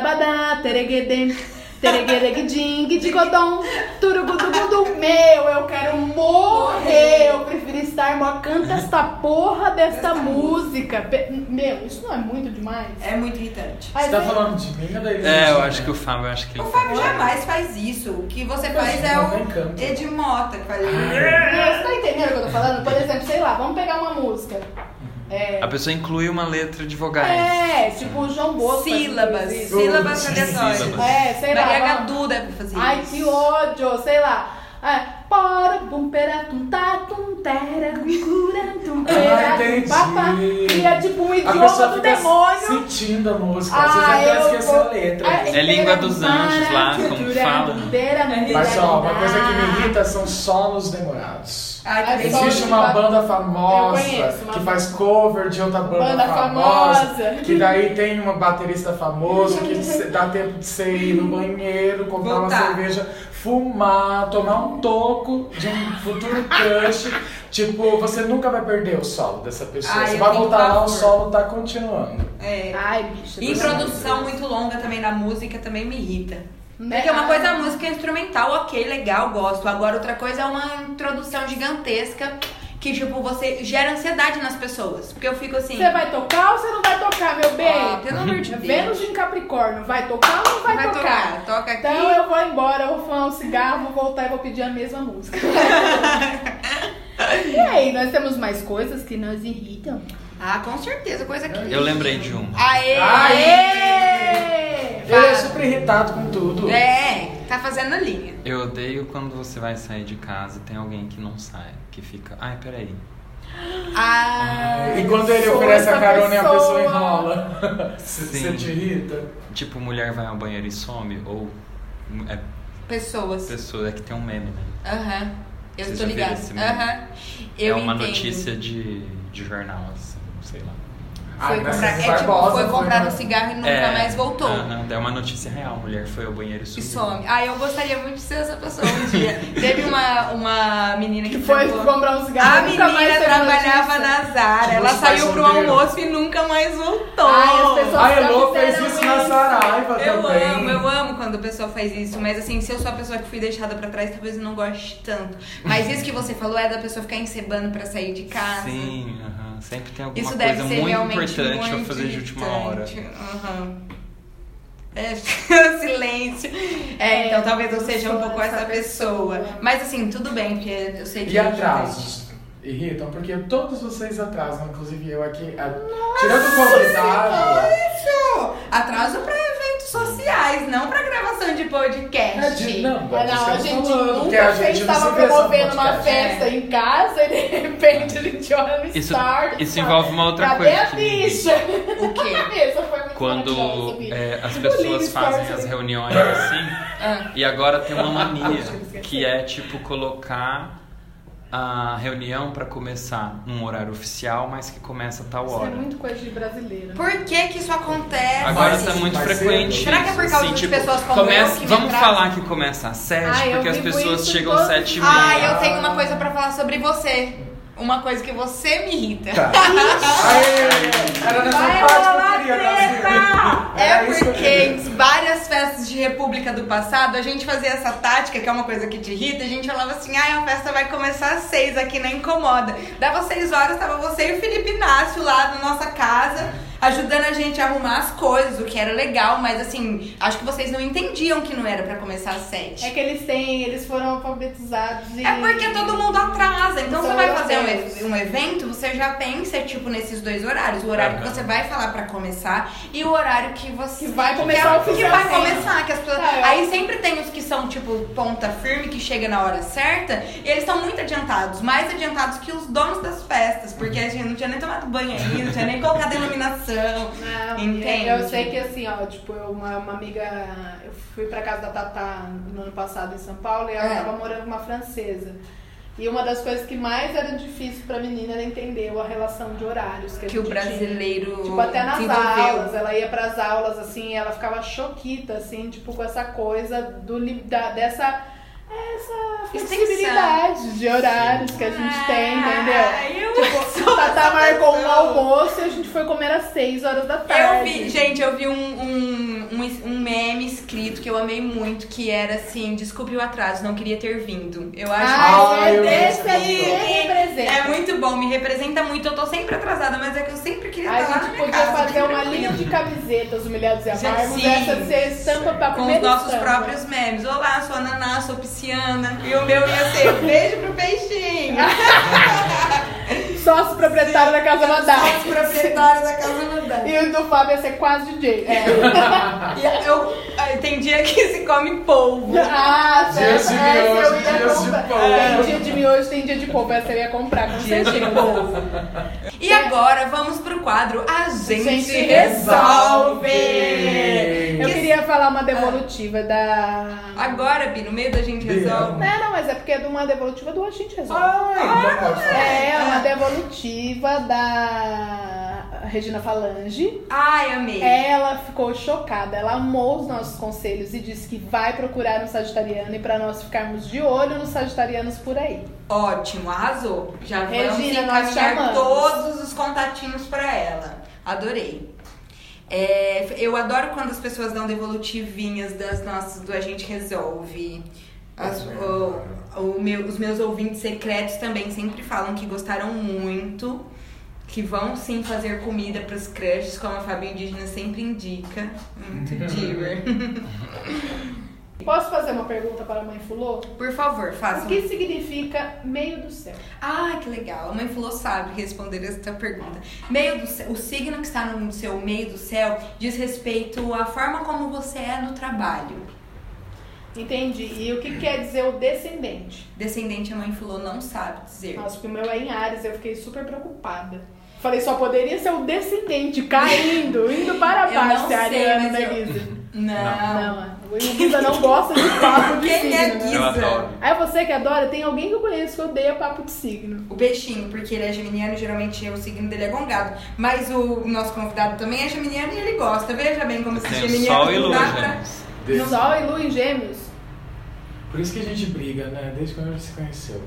parabadabadá, tereguedê, tereguedeguedim, guidigodom, turugudugudum. Meu, eu quero morrer, eu prefiro estar morto. Canta esta porra desta música. Pe- Meu, isso não é muito demais? É muito irritante. Aí Você tá você- falando de mim ou da É, eu acho que o Fábio, eu acho que O ele. Fábio jamais faz isso. O que você faz é não o canta. Edmota que *laughs* faz. Meu, você tá entendendo o que eu tô falando? Por exemplo, sei lá, vamos pegar uma música. Uhum. É, A pessoa inclui uma letra de vogais. é tipo o João Bosco. faz Sílabas. isso. Sílabas aleatórias. Sílabas. É, sei lá. Maria vamos- Gadu deve fazer isso. Ai, que ódio, sei lá. É, Para bum pera tum tá tum tera tum cura tum pera Ah, tum entendi. papá. E é tipo um A idioma pessoa do fica demônio. sentindo a música. Ah, Às vezes até eu esquece vou- a letra. Ah, É língua dos para, anjos lá, como tum, fala. tum, pera, tum, Mas ó, uma coisa que me tera. irrita são solos demorados. Ai, Ai, também só- sou- Existe uma Eu banda famosa conheço uma que banda. faz cover de outra banda, Banda famosa, famosa. Que daí tem uma baterista famosa que cê- dá tempo de você ir no banheiro, comprar Voltar. uma cerveja, fumar, tomar um toco de um futuro crush. tipo, você nunca vai perder o solo dessa pessoa. Ai, você eu vai tenho voltar lá, o pavor. solo tá continuando. É. Ai, bicho. Tipo assim, E é. Introdução muito longa também na música também me irrita. assim. Porque uma coisa é Ah, a música instrumental, ok, legal, gosto. Agora outra coisa é uma introdução gigantesca que, tipo, você gera ansiedade nas pessoas. Porque eu fico assim. Você vai tocar ou você não vai tocar, meu bem? Ah, pelo amor de Deus. Vênus em Capricórnio, vai tocar ou não vai, Vai tocar. Toca aqui. Então eu vou embora, eu vou fumar um cigarro, vou voltar e vou pedir a mesma *laughs* música. e aí, nós temos mais coisas que nos irritam. Ah, com certeza, coisa que. Eu lembrei de um. uma. Aê! Aê! Ele é super irritado com tudo. É, tá fazendo a linha. Eu odeio quando você vai sair de casa e tem alguém que não sai, que fica, ai, peraí. Ah, E quando ele Sou oferece a essa carona e a pessoa. pessoa enrola. Você Sim. te irrita? Tipo, mulher vai ao banheiro e some, ou é pessoas. pessoa, é que tem um meme, né? Aham. Eu Vocês tô já viram ligada. esse meme? Aham. Eu é uma entendo. notícia de, de jornal, assim, sei lá. Foi Ah, mas comprar, essas é, tipo, barbosas, foi comprar um uma- cigarro e nunca É, mais voltou. aham, é uma notícia real, mulher foi ao banheiro e E sumiu. some. Ah, eu gostaria muito de ser essa pessoa um *laughs* dia. Teve uma, uma menina que, Que foi trampou- comprar um cigarro. A nunca mais menina teve trabalhava notícia. na Zara. Tipo, Ela os pais saiu pro solteiros. almoço e nunca mais voltou. Ai, as pessoas A já Elô fez fizeram isso na Saraiva né? Eu também. amo, eu amo quando a pessoa faz isso, mas assim, se eu sou a pessoa que fui deixada pra trás, talvez eu não goste tanto. Mas isso que você falou é da pessoa ficar encebando pra sair de casa. Sim, aham, sempre tem alguma Isso deve coisa ser muito realmente importante pra muito fazer de última hora. irritante. Aham. É, *laughs* silêncio. É, então talvez eu seja um pouco essa pessoa. Mas assim, tudo bem, porque eu sei que. é E atrasos. Irritam, porque todos vocês atrasam, inclusive eu aqui. a- Tirando o convidado. Isso! Atraso pra eventos sociais, não pra gravação de É podcast. de, não, Ah, não, a estamos gente falando, porque nunca fez, não se estava vê só no promovendo uma podcast. festa em casa e de repente a gente olha no Isso, start. e isso fala, envolve uma outra Cadê coisa. a que me irrita. bicha? *laughs* É O quê? Essa foi muito Quando maravilhosa, bicha. é, as Lindo pessoas stories, fazem né? as reuniões assim, *laughs* Ah. e agora tem uma mania que é tipo colocar a reunião pra começar num horário oficial, mas que começa a tal Isso é hora. muito coisa de brasileiro. Por que que isso acontece? Agora Mas tá isso muito vai ser- frequente. Será que é por isso, causa assim, de tipo, pessoas como eu começa, que me Vamos atrasam? falar que começa às sete, Ah, eu porque as vivo pessoas isso chegam às todos- sete e meia. Ah, eu tenho uma coisa pra falar sobre você. Uma coisa que você me irrita. Tá. Aê! Era nessa Vai parte que rolar eu queria assim, né? dar É Era isso que eu porque queria. em várias festas de República do passado a gente fazia essa tática, que é uma coisa que te irrita, a gente falava assim, ah, a festa vai começar às seis aqui na Incomoda. Dava seis horas, tava você e o Felipe Inácio lá na nossa casa, ajudando a gente a arrumar as coisas, o que era legal, mas assim, acho que vocês não entendiam que não era pra começar às sete. É que eles têm, eles foram alfabetizados e. É porque todo mundo atrasa. Então São você vai fazer horários. um, um evento, você já pensa, tipo, nesses dois horários. O horário que Aham. você vai falar pra começar e o horário que você. Que vai começar que, que vai oficialmente. começar. Que as pessoas... Tá, eu- Aí sempre tem os que são, tipo, ponta firme, que chega na hora certa. E eles estão muito adiantados. Mais adiantados que os donos das festas. Porque a gente não tinha nem tomado banho ainda, não tinha nem colocado *laughs* iluminação. Não, Entende? Eu sei que assim, ó, tipo, eu- uma, uma amiga. Eu fui pra casa da Tatá no ano passado em São Paulo e ela É. tava morando com uma francesa. E uma das coisas que mais era difícil pra menina era entender a relação de horários que, a Que o gente brasileiro. tinha. Tipo, até nas se envolveu. aulas, ela ia pras aulas, assim, ela ficava choquita, assim, tipo, com essa coisa do, li- da, dessa essa Extensão. flexibilidade de horários que a gente tem, entendeu? Ah, eu *laughs* Tipo, sou a Tatá essa marcou um pessoa. almoço e a gente foi comer às 6 horas da Eu tarde. vi, gente, eu vi um, um, um, um meme escrito que eu amei muito, que era assim, desculpe o atraso, não queria ter vindo. Eu acho Ah, Ai, é eu eu vi desse essa aí foto. que representa. é muito bom, me representa muito. Eu tô sempre atrasada, mas é que eu sempre queria A estar lá na gente minha podia casa, fazer bem uma tranquila. linha de camisetas humilhados e Gente, amargos, sim. essa de ser estampa pra com os primeira nossos estampa. próprios memes. Olá, sou Ananá, sou pisciana. E o meu ia ser beijo pro peixinho. Ah, Sócio proprietário da Casa Madá. Os proprietários da casa não dá. tá. E o do Fábio ia ser quase É. DJ. *laughs* E eu, ah, tem dia que se come polvo. Ah, Dias de essa miojo, eu ia dias de comprar. polvo. Tem dia de miojo, tem dia de polvo. Essa eu ia comprar, com Dia de certeza. polvo. E agora vamos pro quadro A Gente, Gente Resolve! Resolve! Eu Que- queria falar uma devolutiva da... Agora, Bi, no meio da Gente Bi, Resolve. Não, não, mas é porque é de uma devolutiva do A gente resolve. Ah! Ai, então não pode falar. É uma devolutiva da Regina Falange. Ai, É. amei. Ela ficou chocada, ela amou os nossos conselhos e disse que vai procurar um sagitariano e pra nós ficarmos de olho nos sagitarianos por aí. Ótimo, arrasou. Já vamos Regina, nós encaminhar chamamos. todos os contatinhos pra ela. Adorei. É, eu adoro quando as pessoas dão devolutivinhas das nossas, do A Gente Resolve. As- o- o meu- os meus ouvintes secretos também sempre falam que gostaram muito. Que vão sim fazer comida pros crushes, como a Fábio Indígena sempre indica. Muito diver. Posso fazer uma pergunta para a mãe Fulô? Por favor, O façam. que significa meio do céu? Ah, que legal. A mãe falou sabe responder essa pergunta. Meio do céu, o signo que está no seu meio do céu diz respeito à forma como você é no trabalho. Entendi. E o que quer dizer o descendente? Descendente, a mãe falou, não sabe dizer. Nossa, porque o meu é em Ares, eu fiquei super preocupada. Falei, só poderia ser o descendente *laughs* caindo, indo para Eu baixo, não se a sei, Ariana mas da eu- Guisa. Não. Não, o Guisa não gosta de papo de Quem é signo. né? Guisa? Eu adoro. Aí você que adora, tem alguém que eu conheço que odeia papo de signo. O peixinho, porque ele é geminiano, geralmente o signo dele é gongado. Mas o nosso convidado também é geminiano e ele gosta. Veja bem como esse Tem sol e geminiano lua, dá pra... gente. Deus. Sol e Lua em Gêmeos. Por isso que a gente briga, né? Desde quando a gente se conheceu.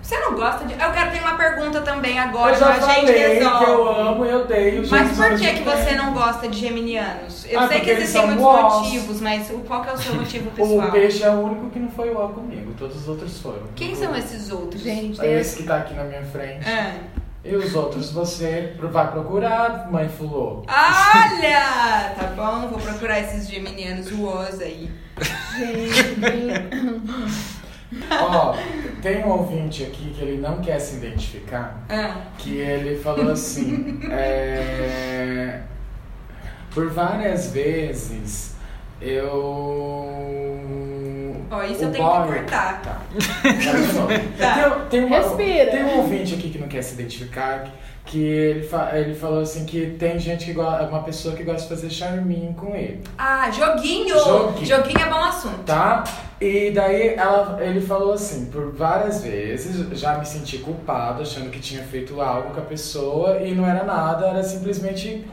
Você não gosta de... Eu quero ter uma pergunta também agora, Eu já mas a gente falei que resolve. eu amo e odeio gente, Mas por ao que, mesmo que você tempo. não gosta de geminianos? Eu Ah, sei que porque eles existem são muitos bons. motivos, mas o- qual que é o seu *laughs* motivo O pessoal? peixe é o único que não foi o A comigo, todos os outros foram. Quem O- são esses outros? Gente, É Deus. Esse que tá aqui na minha frente. Ah. E os outros você vai procurar, mãe *laughs* fulô. Ah, Olha! Tá bom, vou procurar esses geminianos uos aí. Gente, Ó, tem um ouvinte aqui que ele não quer se identificar. Ah. que ele falou *laughs* assim: é, por várias vezes eu pó. Isso O eu tenho pó que é- cortar. Tá. Vai de novo. Tá. Tem, tem uma- Respira. tem um ouvinte aqui que não quer se identificar, que ele, fa- ele falou assim que tem gente que gosta, uma pessoa que gosta de fazer charminho com ele, Ah, joguinho! Joguinho. Joguinho é bom assunto. tá? E daí ela, ele falou assim, por várias vezes já me senti culpado, achando que tinha feito algo com a pessoa e não era nada, era simplesmente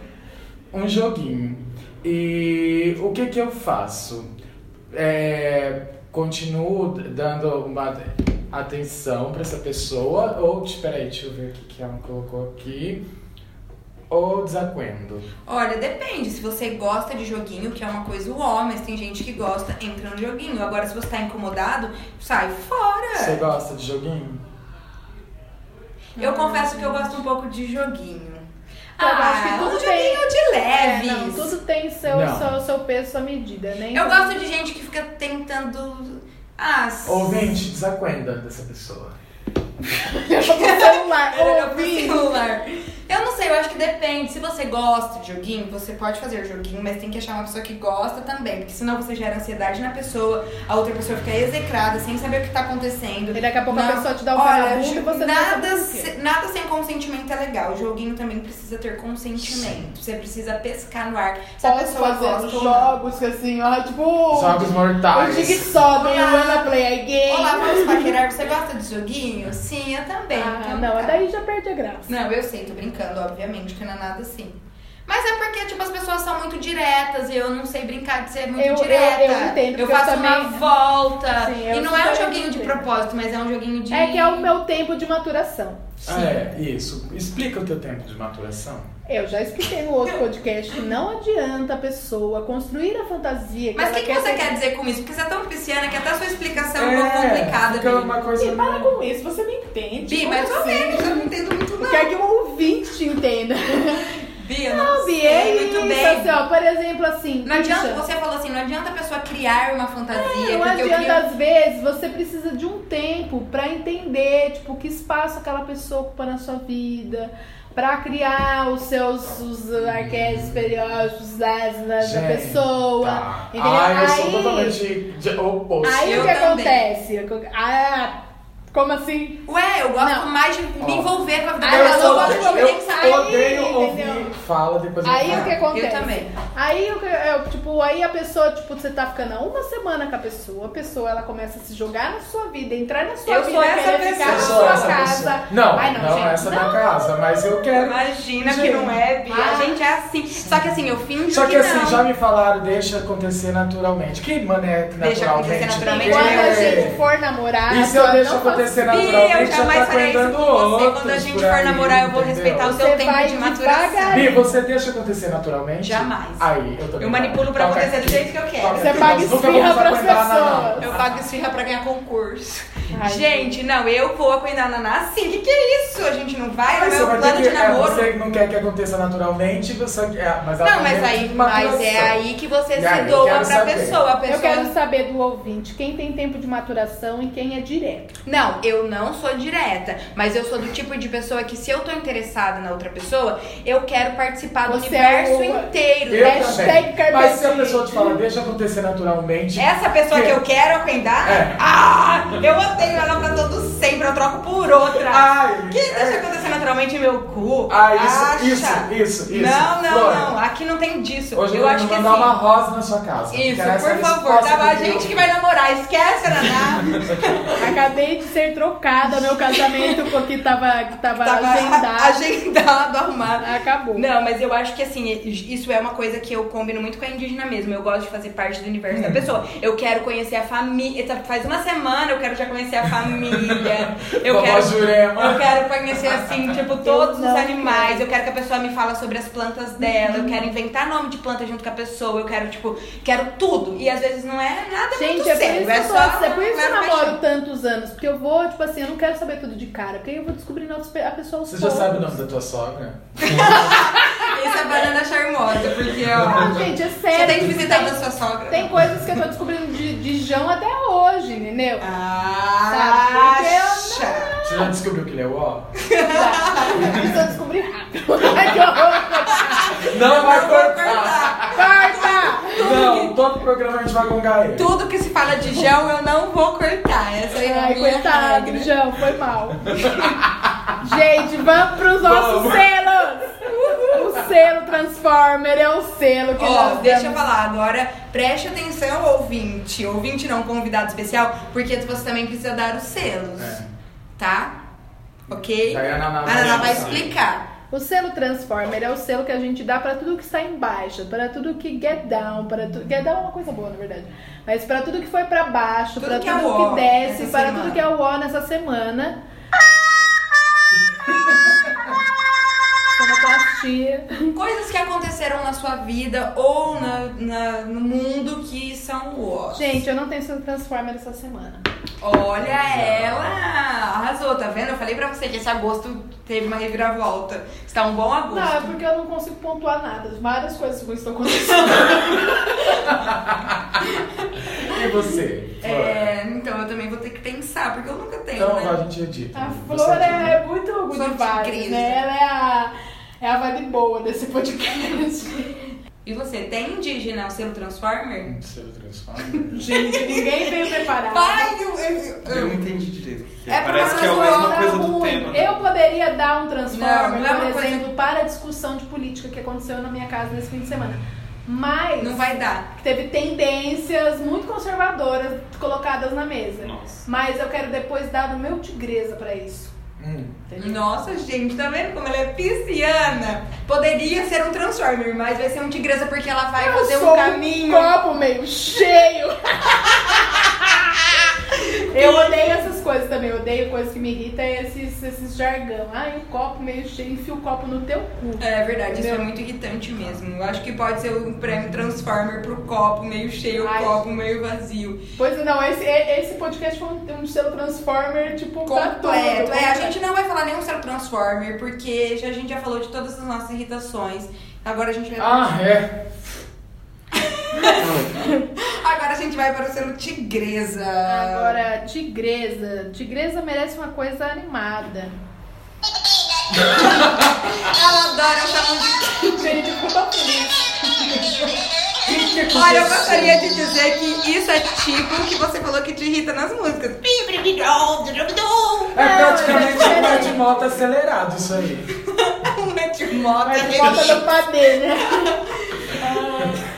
um joguinho. E o que que eu faço? É, continuo dando uma atenção pra essa pessoa ou, peraí, deixa eu ver o que que ela colocou aqui, ou desacuendo. Olha, depende. Se você gosta de joguinho, que é uma coisa o homem, mas tem gente que gosta, entra no joguinho. Agora, se você tá incomodado, sai fora. Você gosta de joguinho? Eu confesso que eu gosto um pouco de joguinho. Ah, eu acho que um tudo tem. joguinho de É, leve. não, tudo tem seu, Não. seu, seu peso, sua medida, né? Eu gosto de gente que fica tentando. Ah, s- Ouvinte, desacuenda dessa pessoa. Eu tô com o *laughs* celular. olhar pro ouvindo. celular. Eu não sei, eu acho que depende. Se você gosta de joguinho, você pode fazer joguinho, mas tem que achar uma pessoa que gosta também. Porque senão você gera ansiedade na pessoa, a outra pessoa fica execrada, sem saber o que tá acontecendo. E daqui a pouco a Não. pessoa te dá um Olha, cara e você não sabe nada, por quê. se- nada sem consentimento é legal. O joguinho também precisa ter consentimento. Você precisa pescar no ar. Se a Posso pessoa gosta fazer ou não. jogos assim, ó, tipo... Jogos O mortais. Dig Sobe, Olá. o Ana Play a Game. Olá, vamos paquerar. Você gosta de joguinho? Sim, eu também. Ah, Então não, tá. mas daí já perde a graça. Não, eu sei, tô brincando, obviamente, que não é nada assim. Mas é porque, tipo, as pessoas são muito diretas e eu não sei brincar de ser muito Eu- eu- direta. eu entendo, porque eu faço uma também- volta. Sim, e eu não é um super joguinho de entendo. propósito, mas é um joguinho de. É que é o meu tempo de maturação. Ah, é, isso. Explica o teu tempo de maturação. Eu já expliquei no outro podcast que não adianta a pessoa construir a fantasia que Mas o ela que, que você ter. quer dizer com isso? Porque você é tão pisciana que até a sua Tá explicação é um é pouco complicada, Fica Bi. uma coisa. Bi, para com isso, você me entende. Bi, Como mas ou assim? menos, eu não entendo muito não. Quer que o ouvinte te entenda. Bi, eu não, Não, Bi, sei é muito isso. bem. Assim, ó, por exemplo, assim. Não adianta, puxa, você falou assim, não adianta a pessoa criar uma É, fantasia, Não porque eu adianta, crio... às vezes, você precisa de um tempo pra entender, tipo, que espaço aquela pessoa ocupa na sua vida, pra criar os seus os arquétipos periódicos da, da- da Hum. Gente, pessoa. Tá. Entendeu? Ah, eu sou Aí- totalmente de- oposto. Aí Eu o que também. acontece? Ah, como assim? Ué, eu gosto Não. mais de me Ó. envolver com a vida Ah, da eu pessoa, eu gosto de odeio, me pensar. eu odeio aí, ouvir entendeu? fala depois de Aí o falar. que acontece? Eu também. Aí, o que- é, tipo, aí a pessoa, tipo, você tá ficando há uma semana com a pessoa, a pessoa ela começa a se jogar na sua vida, entrar na sua Eu vida, sou essa querer pessoa. ficar Eu na Eu sou sua essa casa. pessoa. Não, Ai, não, é não, gente, essa da casa, mas eu quero. Imagina Gente. que não é, Bi. A Ah. gente é assim. Só que assim, eu finjo Só que assim, não. já me falaram, deixa acontecer naturalmente. Que mané que Deixa acontecer naturalmente, naturalmente? ninguém- Quando a É. gente for namorar, assim, E se eu não deixo faça- acontecer assim, Bi, eu naturalmente, já tá jamais farei isso aguentando com você. outros Quando a gente por for aí, namorar, eu vou entendeu? respeitar o Você seu tempo vai de maturação. devagar. Bi, você deixa acontecer naturalmente? Jamais. Aí, eu também. Tá Eu manipulo pra Toca acontecer aqui. do jeito que eu quero. Toca Você aqui, paga nós Tá nunca esfirra vamos pras aguentar na pessoas. nada. Eu pago esfirra pra ganhar concurso. Ai, gente, não, eu vou acuendar na Naná sim. O que, que é isso? A gente não vai no Mas você meu vai plano ter que, de é, namoro. Você não quer que aconteça naturalmente, você quer. Mas Não, mas aí, mas é aí que você E aí, se eu doa pra quero saber. pessoa. A pessoa. Eu quero saber do ouvinte quem tem tempo de maturação e quem é direto. Não, eu não sou direta, mas eu sou do tipo de pessoa que se eu tô interessada na outra pessoa, eu quero participar do Você é universo o- inteiro. Eu né? Hashtag também. Mas se a carpetinho. pessoa te fala, deixa acontecer naturalmente. Essa pessoa que eu quero acuendar, É. ah, eu odeio ela pra todo sempre, eu troco por outra. Ai, que é. deixa acontecer naturalmente meu cu. Ah, isso, Acha? isso, isso, isso. Não, não, Flor, não. Aqui não tem disso. Hoje eu eu vou acho que assim. mandar uma rosa na sua casa. Isso, Quero essa por favor, resposta tá a do gente meu- que vai namorar, esquece, *laughs* Naná. Acabei de ser trocada meu casamento porque tava, que tava, Tava agendado. agendado, arrumado. Acabou. Não, mas eu acho que assim, isso é uma coisa que eu combino muito com a indígena mesmo. Eu gosto de fazer parte do universo da pessoa. Eu quero conhecer a família. Faz uma semana eu quero já conhecer a família. Eu Vovó quero. Jurema. Eu quero conhecer, assim, tipo, todos os não Uhum. animais. Eu quero que a pessoa me fale sobre as plantas dela. Eu quero inventar nome de planta junto com a pessoa. Eu quero, tipo, quero tudo. E às vezes não é tá nada muito Gente, é por, sério. isso que eu tô- é por isso que eu mero namoro paixão. tantos anos. Porque eu vou, tipo assim, eu não quero saber tudo de cara. Porque aí eu vou descobrindo aos pe- a pessoa aos Você já poucos. sabe o nome da tua sogra? Isso é banana charmosa, porque, ó. Não, gente, é Você sério. tem que visitar da Tem- sua sogra. Tem coisas que eu tô descobrindo de, de João até *laughs* hoje, entendeu? Tá, Ah, Sabe? Você já descobriu que ele é o ó? tá, Precisa descobrir *laughs* rápido. Ai, que horror. Não vai vou cortar! cortar. Corta! Não, todo programa a gente vai gongar ele. Tudo que se fala de gel eu não vou cortar. Essa aí é a Ai, minha coitado, regra. João, foi mal. *laughs* Gente, vamos pros nossos Vamos. selos! O selo Transformer é o selo que Ó, nós deixa eu damos. falar agora, preste atenção, ouvinte. Ouvinte não, convidado especial, porque você também precisa dar os selos, É. tá? Ok? Daí a Naná a vai Naná vai explicar. explicar. O selo Transformer é o selo que a gente dá pra tudo que está embaixo, pra tudo que get down, para tudo get down é uma coisa boa, na verdade. Mas pra tudo que foi pra baixo, Tudo pra que é tudo uó que desce, essa para semana. tudo que é o ó nessa *laughs* semana. Sonoplastia. Coisas que aconteceram na sua vida ou na, na- no mundo que são o Gente, eu não tenho selo Transformer essa semana. Olha ela! Arrasou, tá vendo? Eu falei pra você que esse agosto teve uma reviravolta. Está um bom agosto. Não, é porque eu não consigo pontuar nada. Várias coisas ruins estão acontecendo. E você? É, então eu também vou ter que pensar, porque eu nunca tenho, Então né? a gente edita. A Você Flor é, edita. é muito good Flor de vibes, crise. né? Ela é a, é a vibe boa *laughs* desse podcast. E você, tem indígena o selo Transformer? Um selo Transformer. Gente, ninguém veio preparado. Pai, eu... eu- eu- Eu não entendi direito. o que É é. porque Parece que é a eu mesma era coisa do ruim. tema. Eu poderia dar um transformer, Não, não é uma por coisa- exemplo, para a discussão de política que aconteceu na minha casa nesse fim de semana. Mas Não vai dar. teve tendências muito conservadoras colocadas na mesa. Nossa. Mas eu quero depois dar o meu tigresa pra isso. Hum. entendeu? Nossa, gente, tá vendo como ela é pisciana? Poderia ser um Transformer, mas vai ser um tigresa porque ela vai Eu fazer sou um caminho. copo meio *laughs* cheio. eu odeio essas coisas também. Eu odeio coisas que me irritam, é esses, esses jargão. Ai, um copo meio cheio, enfia o copo no teu cu. É verdade, isso é Entendeu? muito irritante mesmo. Eu acho que pode ser um prêmio Transformer pro copo meio cheio, Ai. copo meio vazio. Pois é, não, esse, e- esse podcast foi um, um selo Transformer, tipo, Tá pra tudo. Completo. É, a gente não vai falar nenhum selo Transformer, porque já- a gente já falou de todas as nossas irritações. Agora a gente vai Ah, é. *laughs* Hum. Agora a gente vai para o selo Tigresa. Agora, tigresa. Tigresa merece uma coisa animada. Ela adora essa música. Gente, eu tô feliz. Que que Olha, eu aconteceu? gostaria de dizer que isso é tipo o que você falou que te irrita nas músicas. É Não, eu já praticamente um sei. pé de moto acelerado isso aí. Mas bota no padê, né?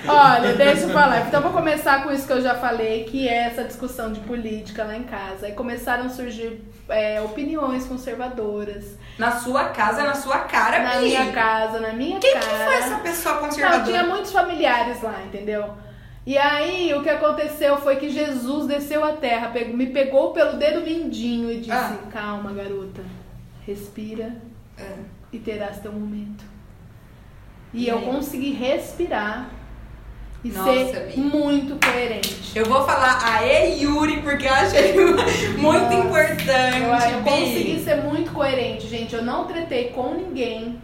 Ah, Olha, deixa eu falar. Então vou começar com isso que eu já falei, que é essa discussão de política lá em casa. Aí começaram a surgir é, opiniões conservadoras. Na sua casa, na sua cara, na Pri. minha casa, na minha Quem cara. que foi essa pessoa Não, conservadora? tinha muitos familiares lá, entendeu? E aí, o que aconteceu foi que Jesus desceu à terra, pegou- me pegou pelo dedo mindinho e disse: Ah. Calma, garota, respira É. e terás teu momento. E, E eu aí? consegui respirar e Nossa, ser Vi. muito coerente. Eu vou falar a E Yuri, porque eu achei *laughs* muito Nossa, importante. Eu, eu Bi. consegui ser muito coerente, gente. Eu não tretei com ninguém.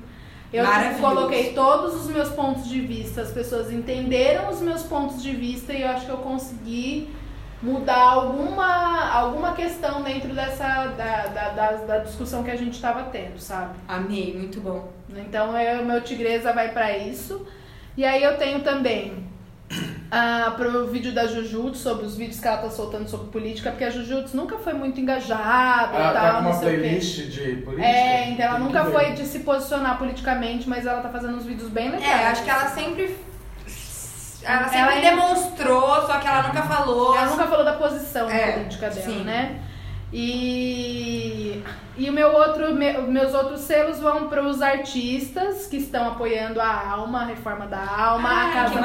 Eu Maravilhoso. coloquei todos os meus pontos de vista. As pessoas entenderam os meus pontos de vista e eu acho que eu consegui mudar alguma, alguma questão dentro dessa da, da, da, da discussão que a gente estava tendo, sabe? Amei, muito bom. Então eu, meu tigresa vai pra isso. E aí eu tenho também ah, pro vídeo da Jujutsu, sobre os vídeos que ela tá soltando sobre política, porque a Jujutsu nunca foi muito engajada Ela tá e tal, com não uma sei o quê. playlist de política. É, então ela Tem nunca que ver. foi de se posicionar politicamente, mas ela tá fazendo uns vídeos bem legais. É, acho que ela sempre. Ela sempre Ela é- demonstrou, só que ela nunca falou. Ela nunca falou da posição É, política dela, sim. né? E, e o meu outro, me- meus outros selos vão para os artistas que estão apoiando a alma, a reforma da alma, Ai, a casa Ah, que da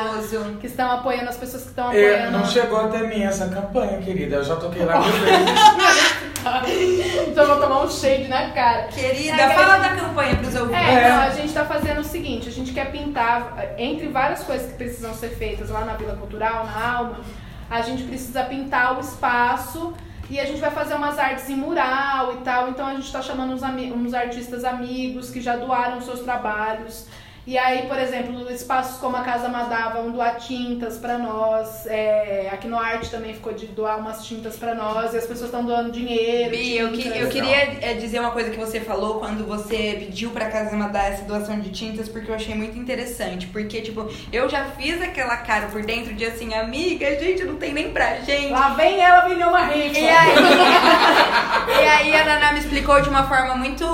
maravilhoso. que estão apoiando as pessoas que estão É, apoiando. *laughs* não chegou até mim essa campanha, querida. Eu já toquei lá mil vezes. Então eu vou tomar um shade na cara. Querida, É, fala galera. da campanha pros É, ouvintes. É. Não, a gente tá fazendo o seguinte, a gente quer pintar, entre várias coisas que precisam ser feitas lá na Vila Cultural, na Alma, a gente precisa pintar o espaço e a gente vai fazer umas artes em mural e tal. Então a gente tá chamando uns, ami- uns artistas amigos que já doaram seus trabalhos. E aí, por exemplo, espaços como a Casa Madá vão doar tintas pra nós. É, aqui no Arte também ficou de doar umas tintas pra nós. E as pessoas estão doando dinheiro. Bi, eu, que- tintas. eu queria é, dizer uma coisa que você falou quando você pediu pra Casa mandar essa doação de tintas, porque eu achei muito interessante. Porque, tipo, eu já fiz aquela cara por dentro de assim, amiga, gente, não tem nem pra gente. Lá vem ela, vem uma rifa. E aí, *laughs* e aí a Naná me explicou de uma forma muito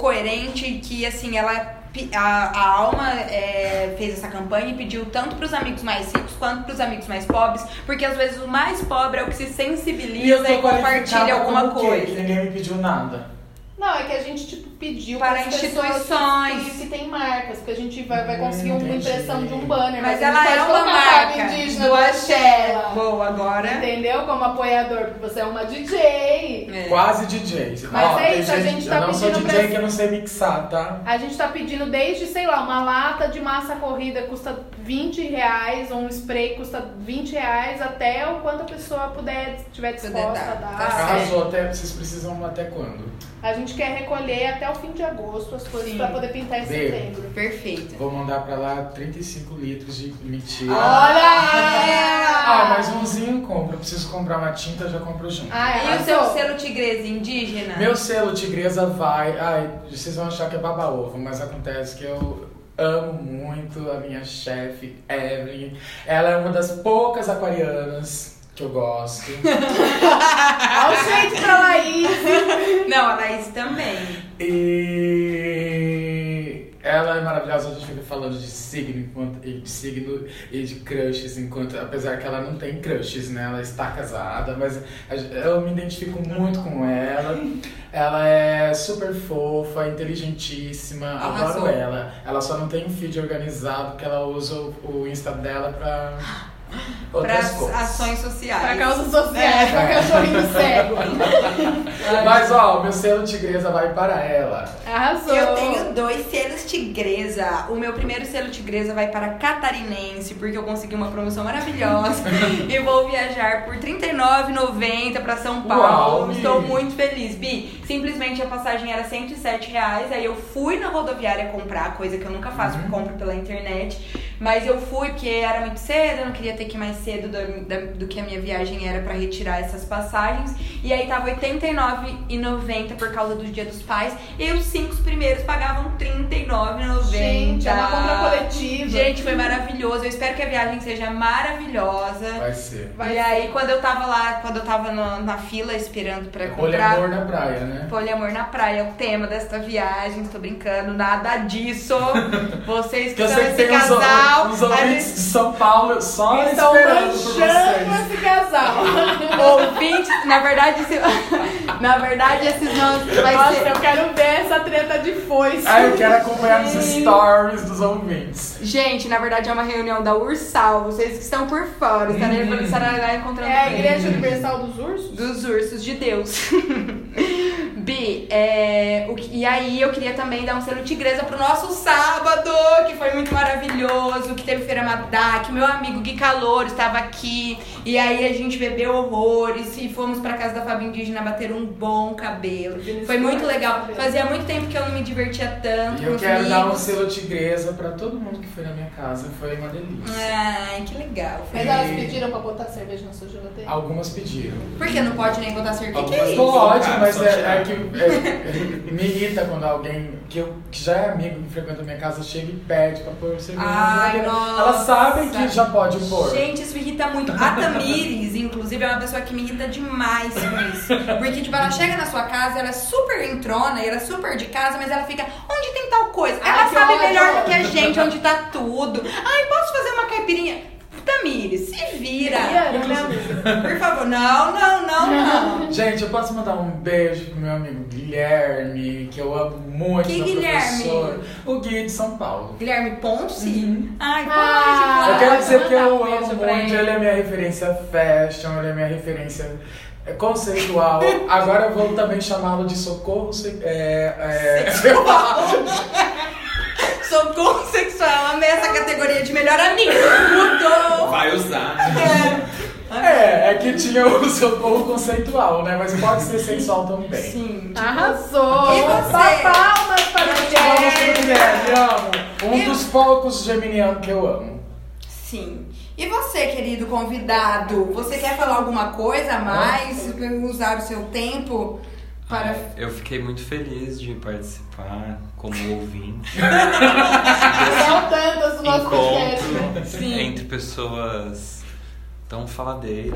coerente que assim, ela. pe- A, a Alma é, fez essa campanha e pediu tanto pros amigos mais ricos quanto pros amigos mais pobres, porque às vezes o mais pobre é o que se E eu sensibiliza tô e, compartilha qualificada alguma como o quê? coisa. Que ninguém me pediu nada. Não, é que a gente tipo, pediu Para pras pessoas instituições. Que, que tem marcas, que a gente vai, vai conseguir Hum, uma entendi. impressão de um banner. Mas a ela gente pode é uma colocar a marca marca indígena do da axé. Estela. Boa, né? agora. Entendeu? Como apoiador, porque você é uma DJ. É. Quase DJ. Você Mas fala, ó, é tem isso, a gente tá Eu não sou pedindo DJ pra- que eu não sei mixar, tá? A gente tá pedindo desde, sei lá, uma lata de massa corrida custa 20 reais, ou um spray custa 20 reais, até o quanto a pessoa puder, tiver disposta dar, tá a dar. certo. Arrasou até, vocês precisam até quando? A gente quer recolher até o fim de agosto as coisas Sim. pra poder pintar em Vê. setembro. Perfeito. Vou mandar pra lá 35 litros de mentira. Ah, Olha! mas umzinho eu compro. Eu preciso comprar uma tinta, já compro junto. E Ai, o seu Ah, arrasou. selo tigresa indígena? Meu selo tigresa vai. Ai, vocês vão achar que é baba-ovo, mas acontece que eu amo muito a minha chefe, Evelyn. Ela é uma das poucas aquarianas que eu gosto. Olha o shade pra Laís. Não, a Laís também. E ela é maravilhosa, a gente fica falando de signo enquanto, e de signo e de crushes, enquanto, apesar que ela não tem crushes, né? Ela está casada, mas a gen- eu me identifico muito com ela. Ela é super fofa, inteligentíssima, Arrasou. adoro ela. Ela só não tem um feed organizado porque ela usa o, o Insta dela *gasps* pra Para outras coisas. ações sociais. Pra *laughs* causas sociais, pra cachorrinho cego. Mas ó, o meu selo tigresa vai para ela. Arrasou. Eu tenho dois selos tigresa. O meu primeiro selo tigresa vai para Catarinense, porque eu consegui uma promoção *laughs* maravilhosa. e vou viajar por R$39,90 para São Paulo. Uau, Bi. Estou muito feliz. Bi, simplesmente a passagem era R$107,00. Aí eu fui na rodoviária comprar, coisa que eu nunca Uhum. faço, porque compro pela internet. Mas eu fui porque era muito cedo, eu não queria ter que ir mais cedo do, da- do que a minha viagem era para retirar essas passagens. E aí tava R$ 89,90 por causa do Dia dos Pais. E os cinco primeiros pagavam R$ 39,90. Gente, é uma compra coletiva. Gente, foi maravilhoso. Eu espero que a viagem seja maravilhosa. Vai ser. Vai e ser. aí, quando eu tava lá, quando eu tava na, na fila esperando pra comprar. Poliamor na praia, né? Poliamor na praia é o tema desta viagem, estou brincando, nada disso. *laughs* Vocês Que que eu são sei que Então, esse tem uns, casal, uns a ouvintes de São Paulo só Estão esperando por manchando vocês. esse *laughs* casal. gente- ouvintes, na verdade, esse- *laughs* na verdade esses nomes vai Nossa, ser eu quero ver essa treta de foice. É Ah, eu quero acompanhar os stories dos ouvintes. Gente, na verdade é uma reunião da Ursal, vocês que estão por fora, estarei, estarei lá encontrando É a bem. Igreja Universal dos Ursos? dos ursos de Deus. *laughs* Bi, é, o que- e aí eu queria também dar um selo tigresa pro nosso sábado, que foi muito maravilhoso, que teve Feira Madá, que meu amigo Gui Calor estava aqui, e aí a gente bebeu horrores e fomos pra casa da Fábio Indígena bater um bom cabelo. Foi muito legal. Fazia muito tempo que eu não me divertia tanto E com eu os quero dar um amigos. selo tigresa pra todo mundo que foi na minha casa. Foi uma delícia. Ai, que legal. Foi- Mas elas pediram pra botar cerveja na sua geladeira? Algumas pediram. Por que não pode nem botar cerveja? Que que é Algumas isso? Pode, Cara, mas só é, tirar. é que é- me irrita quando alguém que, eu, que já é amigo, que frequenta a minha casa, chega e pede pra pôr cerveja. Ai, Elas sabem nossa. que já pode pôr. Gente, isso me irrita muito. A Tamires, inclusive, é uma pessoa que me irrita demais com isso. Porque, tipo, ela chega na sua casa, ela é super entrona, ela é super de casa, mas ela fica, onde tem tal coisa? Ela Ai, que sabe ódio. melhor do que a gente onde tá tudo. Ai, posso fazer uma caipirinha? Tamires, se vira. Viana, né, amiga? Por favor. Não, não, não, não. Gente, eu posso mandar um beijo pro meu amigo Guilherme, que eu amo muito. Que meu Guilherme? professor. O Gui de São Paulo. Guilherme Ponce? Ai, pode, Ah, claro. eu quero vai dizer que mandar eu um amo beijo pra muito, ele. ele é minha referência fashion, ele é minha referência é, *laughs* conceitual. Agora eu vou também chamá-lo de socorro. se- É, é, Socorro sexual, amei essa categoria de melhor amigo. Mudou. Vai usar. É. *laughs* É, é que tinha o seu povo conceitual, né? Mas pode ser sensual também. Sim. Arrasou! E você? Pá- Palmas para o Vamos Guilherme! pro Guilherme, amo. Um Eu- dos poucos geminianos que eu amo. Sim. E você, querido convidado, você quer falar alguma coisa a mais? Usar o seu tempo para. Ah, Eu fiquei muito feliz de participar como ouvinte. Exaltando as nossas festas. encontro Sim. entre pessoas tão faladeiras.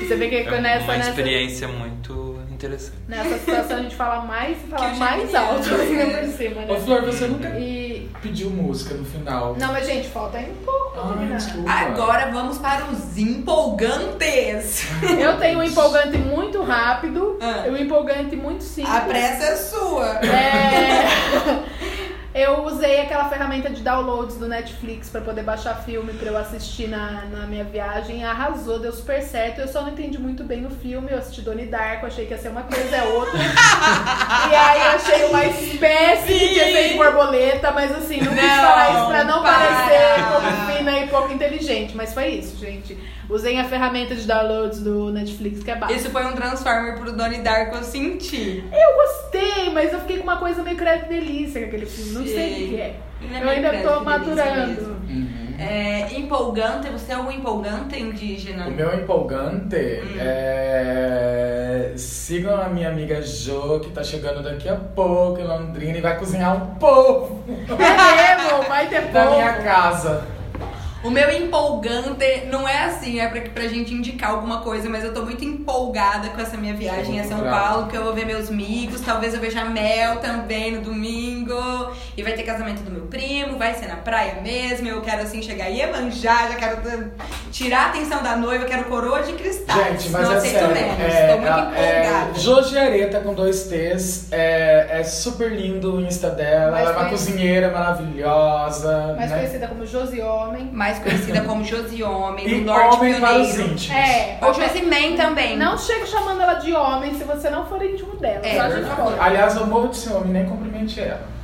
Você vê que É nessa, uma nessa, experiência muito interessante. nessa situação a gente fala mais e fala Que o mais geminiano, alto ainda né? por cima, Ô né? Flor, você nunca E. pediu música no final. Não, mas gente, falta ainda um pouco pra Ai, terminar. *laughs* desculpa. Agora vamos para os empolgantes. Eu tenho um empolgante muito rápido, Ah. um empolgante muito simples. A pressa é sua. É, eu usei aquela ferramenta de downloads do Netflix pra poder baixar filme pra eu assistir na, na minha viagem. Arrasou, deu super certo. Eu só não entendi muito bem o filme. Eu assisti Doni Darko, achei que ia ser uma coisa, é *laughs* outra. e aí eu achei uma espécie de Sim. efeito borboleta, mas assim, não quis Não, falar isso pra não para. parecer como fina e pouco inteligente. Mas foi isso, gente. Usei a ferramenta de downloads do Netflix, que é básica. Esse foi um Transformer pro Donnie Darko, eu senti. Eu gostei, mas eu fiquei com uma coisa meio crédito delícia com aquele filme. Não sei o que é. Ele é Eu meio ainda crédito tô de delícia mesmo. maturando. Uhum. É, empolgante, você é algum empolgante indígena? O meu empolgante é. Sigam a minha amiga Jo, que tá chegando daqui a pouco em Londrina e vai cozinhar um povo *laughs* É mesmo, vai ter da minha pouco. casa. O meu empolgante não é assim, é pra, pra gente indicar alguma coisa, mas eu tô muito empolgada com essa minha viagem a São Claro. Paulo, porque eu vou ver meus amigos, talvez eu veja a Mel também no domingo. E vai ter casamento do meu primo, vai ser na praia mesmo. Eu quero assim chegar e manjar, já quero t- tirar a atenção da noiva, eu quero coroa de cristal. Gente, Tá, mas não é aceito sério. menos, é, tô muito ela- é, empolgada. Jo Giareta com dois T's. É, é super lindo o Insta dela. Mais ela é uma conhecida. cozinheira maravilhosa. Mais né? conhecida como Josi Homem. Mais conhecida como Josi Homem, E do um Norte homem para os Pioneiro. íntimos. É. Ou Josi Man também. Não chego chamando ela de homem se você não for íntimo dela. É, só a gente verdade. fala. Aliás, eu morro de ciúme, nem cumprimente ela.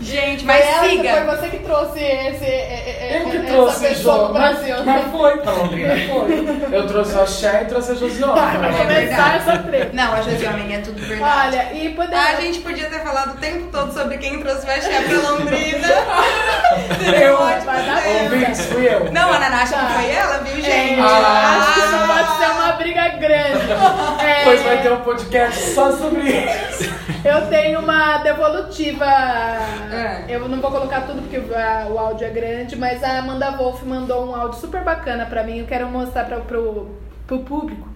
Gente, Mas mas ela, siga. foi você que trouxe esse, é, é, Eu essa que trouxe pessoa Jo, pro mas, Brasil. *laughs* mas foi pra Londrina, foi. Eu trouxe a Xé e trouxe a Josiane pra é Vai Londrina. começar essa treta. Não, a Josi Homem é tudo verdade. Olha, e poder. Ah, a gente podia ter falado o tempo todo sobre quem trouxe o axé pra *laughs* Londrina. Seria Eu, um ótimo vai dar tema. Ouvintes, fui eu. Não, a Nanasha não foi ela, viu, gente? Gente, Tá. É. Ah. acho que isso pode ser uma briga grande. É, Depois vai ter um podcast só sobre isso. Eu tenho uma devolutiva. É. Eu não vou colocar tudo porque a- o áudio é grande, mas a Amanda Wolf mandou um áudio super bacana pra mim. Eu quero mostrar pra, pro, pro público.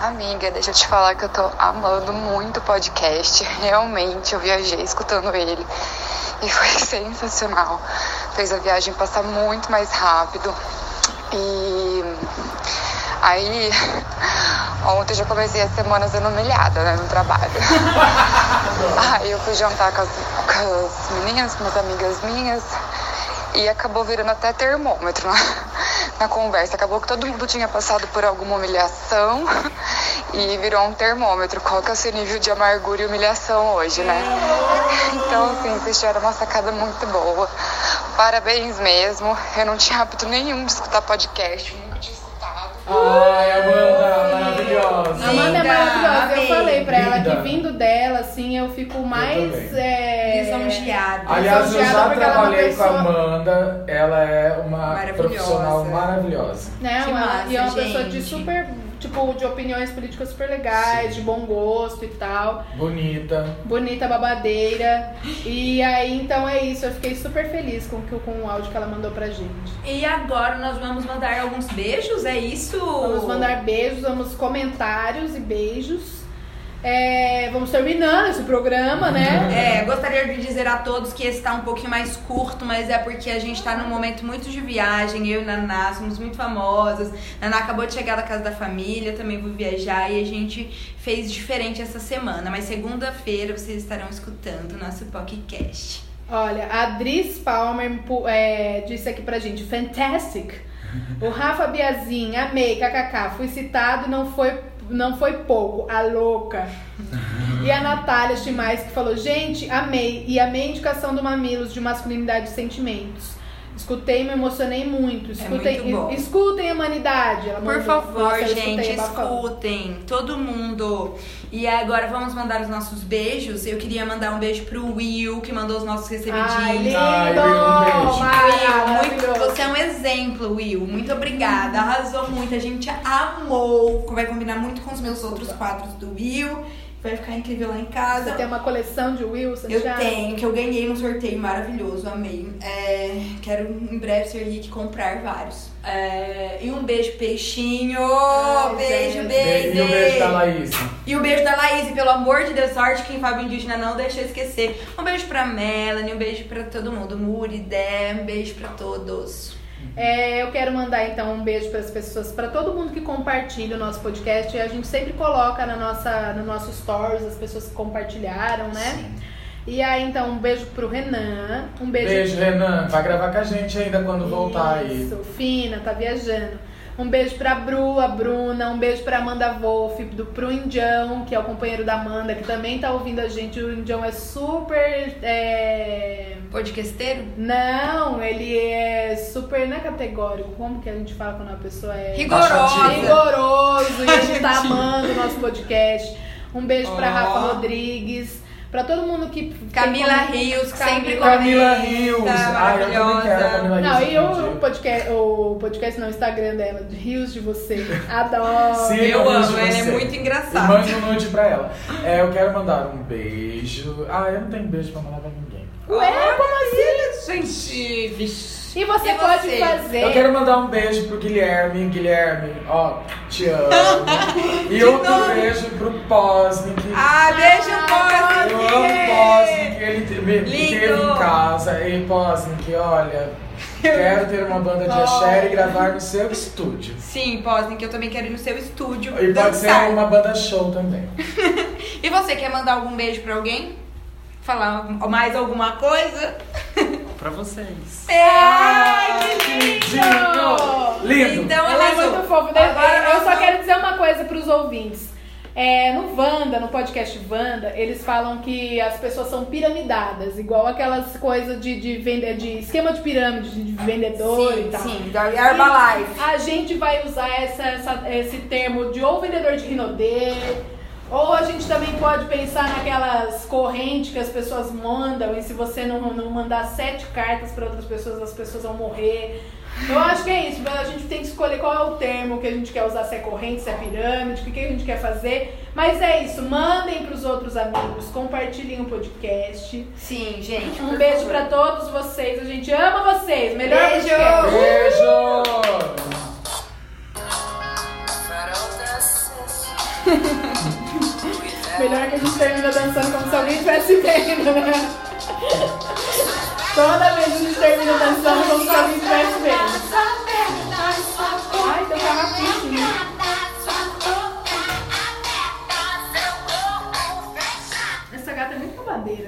Amiga, deixa eu te falar que eu tô amando muito o podcast. *laughs* Realmente, eu viajei escutando ele e foi *laughs* sensacional. Fez a viagem passar muito mais rápido. E aí, *laughs* ontem eu já comecei a semana sendo humilhada né, no trabalho. aí Ah, eu fui jantar com as, com as meninas, com as amigas minhas, e acabou virando até termômetro na, *laughs* na conversa. Acabou que todo mundo tinha passado por alguma humilhação *laughs* e virou um termômetro. Qual que é o seu nível de amargura e humilhação hoje, né? *laughs* Então, assim, vocês tiveram uma sacada muito boa. Parabéns mesmo. Eu não tinha hábito nenhum de escutar podcast, nunca tinha escutado. Ai, Amanda, maravilhosa. A Amanda é Linda, maravilhosa. Eu amei. falei pra ela Linda. que vindo dela, assim, eu fico mais. também. é, Lisonjeada. Aliás, eu já porque ela é uma trabalhei com a pessoa- Amanda. Ela é uma Maravilhosa. profissional maravilhosa. Né? Que uma- massa, e é uma pessoa de gente. super. Tipo, de opiniões políticas super legais, de bom gosto e tal. Bonita. bonita, babadeira. E aí, então é isso. Eu fiquei super feliz com, o- com o áudio que ela mandou pra gente. E agora nós vamos mandar alguns beijos, é isso? Vamos mandar beijos, vamos comentários e beijos. É, vamos terminando esse programa, *laughs* né? É, gostaria de dizer a todos que esse tá um pouquinho mais curto, mas é porque a gente tá num momento muito de viagem. Eu e Naná somos muito famosas. Naná acabou de chegar da casa da família, também vou viajar e a gente fez diferente essa semana. Mas segunda-feira vocês estarão escutando o nosso podcast. Olha, a Dris Palmer pu- é, disse aqui pra gente: Fantastic. O Rafa Biazin, amei, kkk. Fui citado, não foi, não foi pouco, a louca. E a Natália Chimais que falou: Gente, amei. E amei a indicação do Mamilos de masculinidade e sentimentos. Escutei, me emocionei muito. Escutem, É muito bom. escutem a humanidade. Ela Por mandou. favor, Nossa, eu escutei, gente, abafou. escutem. Todo mundo. E agora vamos mandar os nossos beijos. Eu queria mandar um beijo pro Will, que mandou os nossos Ai, recebidinhos. lindo! Ai, meu beijo. Mara, Will, muito, maravilhoso. você é um exemplo, Will. Muito obrigada. Arrasou muito. A gente amou. Vai combinar muito com os meus outros quadros do Will. Vai ficar incrível lá em Você casa. tem uma coleção de Will Eu Santiago? tenho, que eu ganhei um sorteio maravilhoso, amei. É, quero em breve ser rico e comprar vários. É, e um beijo, peixinho! Ai, beijo, gente. beijo! E o beijo da Laís. E o beijo da Laís, e pelo amor de Deus, sorte quem Fábio Indígena não deixa eu esquecer. Um beijo pra Melanie, um beijo pra todo mundo. Muridé, um beijo pra todos. É, eu quero mandar então um beijo para as pessoas, para todo mundo que compartilha o nosso podcast. A gente sempre coloca na nossa, no nosso stories as pessoas que compartilharam, né? E aí então um beijo pro Renan, um beijo, Beijo, Renan. Vai gravar com a gente ainda quando voltar aí. Isso, Fina, tá viajando. Um beijo pra Bru, a Bruna, um beijo pra Amanda Wolf, do Pro Indião, que é o companheiro da Amanda, que também tá ouvindo a gente. O Indião é super. é, Podcasteiro? Não, ele é super, não é categórico. Como que a gente fala quando a pessoa é Rigorosa. rigoroso e a gente *laughs* tá Ai, gente. amando o nosso podcast. Um beijo pra Ó. Rafa Rodrigues, pra todo mundo que. Camila tem como- Rios, que sempre Camila- Camila comenta, Rios. Ai, eu também quero a Camila Não, e Rios. o hoje em dia. podcast, o podcast não, o Instagram dela, de Rios *laughs* de Você. Adoro. Sim. Eu Eu amo, amo ela é você. muito E engraçada. mande um nude pra ela. É, eu quero mandar um beijo. Ah, eu não tenho beijo pra mandar pra ninguém. Ué, como assim? Gente, vixi. E você E pode você? fazer. Eu quero mandar um beijo pro Guilherme. Guilherme, ó, te amo. *laughs* e De outro novo. beijo pro Posnick. Ah, beijo, Ah, Eu Posnick! amo Posnick, ele me me Lindo. teve em casa. E Posnick, olha, quero ter uma banda de axé e gravar no seu estúdio. Sim, Posnick, eu também quero ir no seu estúdio E pode ser dançar. uma banda show também. E você quer mandar algum beijo pra alguém? Falar mais alguma coisa? Pra vocês. Ai, que lindo! Lindo! Ah! Então Ela é arrasou. muito fofa. né? Agora eu nós só vamos- quero dizer uma coisa pros ouvintes. É, no Wanda, no podcast Wanda, eles falam que as pessoas são piramidadas, igual aquelas coisas de, de, vende- de esquema de pirâmide, de vendedor e Sim, tal. sim, da Herbalife. A gente vai usar essa- essa- esse termo de ou vendedor de Rinodê, ou a gente também pode pensar naquelas correntes que as pessoas mandam, e se você não, não mandar sete cartas para outras pessoas, as pessoas vão morrer. Eu acho que é isso, mas a gente tem que escolher qual é o termo que a gente quer usar, se é corrente, se é pirâmide, o que, que a gente quer fazer. Mas é isso, mandem para os outros amigos, compartilhem o podcast. Sim, gente. Um por beijo favor. para todos vocês, a gente ama vocês. Melhor Beijo! podcast. Beijo! Melhor que a gente termina dançando como se alguém estivesse vendo, né? Toda vez a gente termina dançando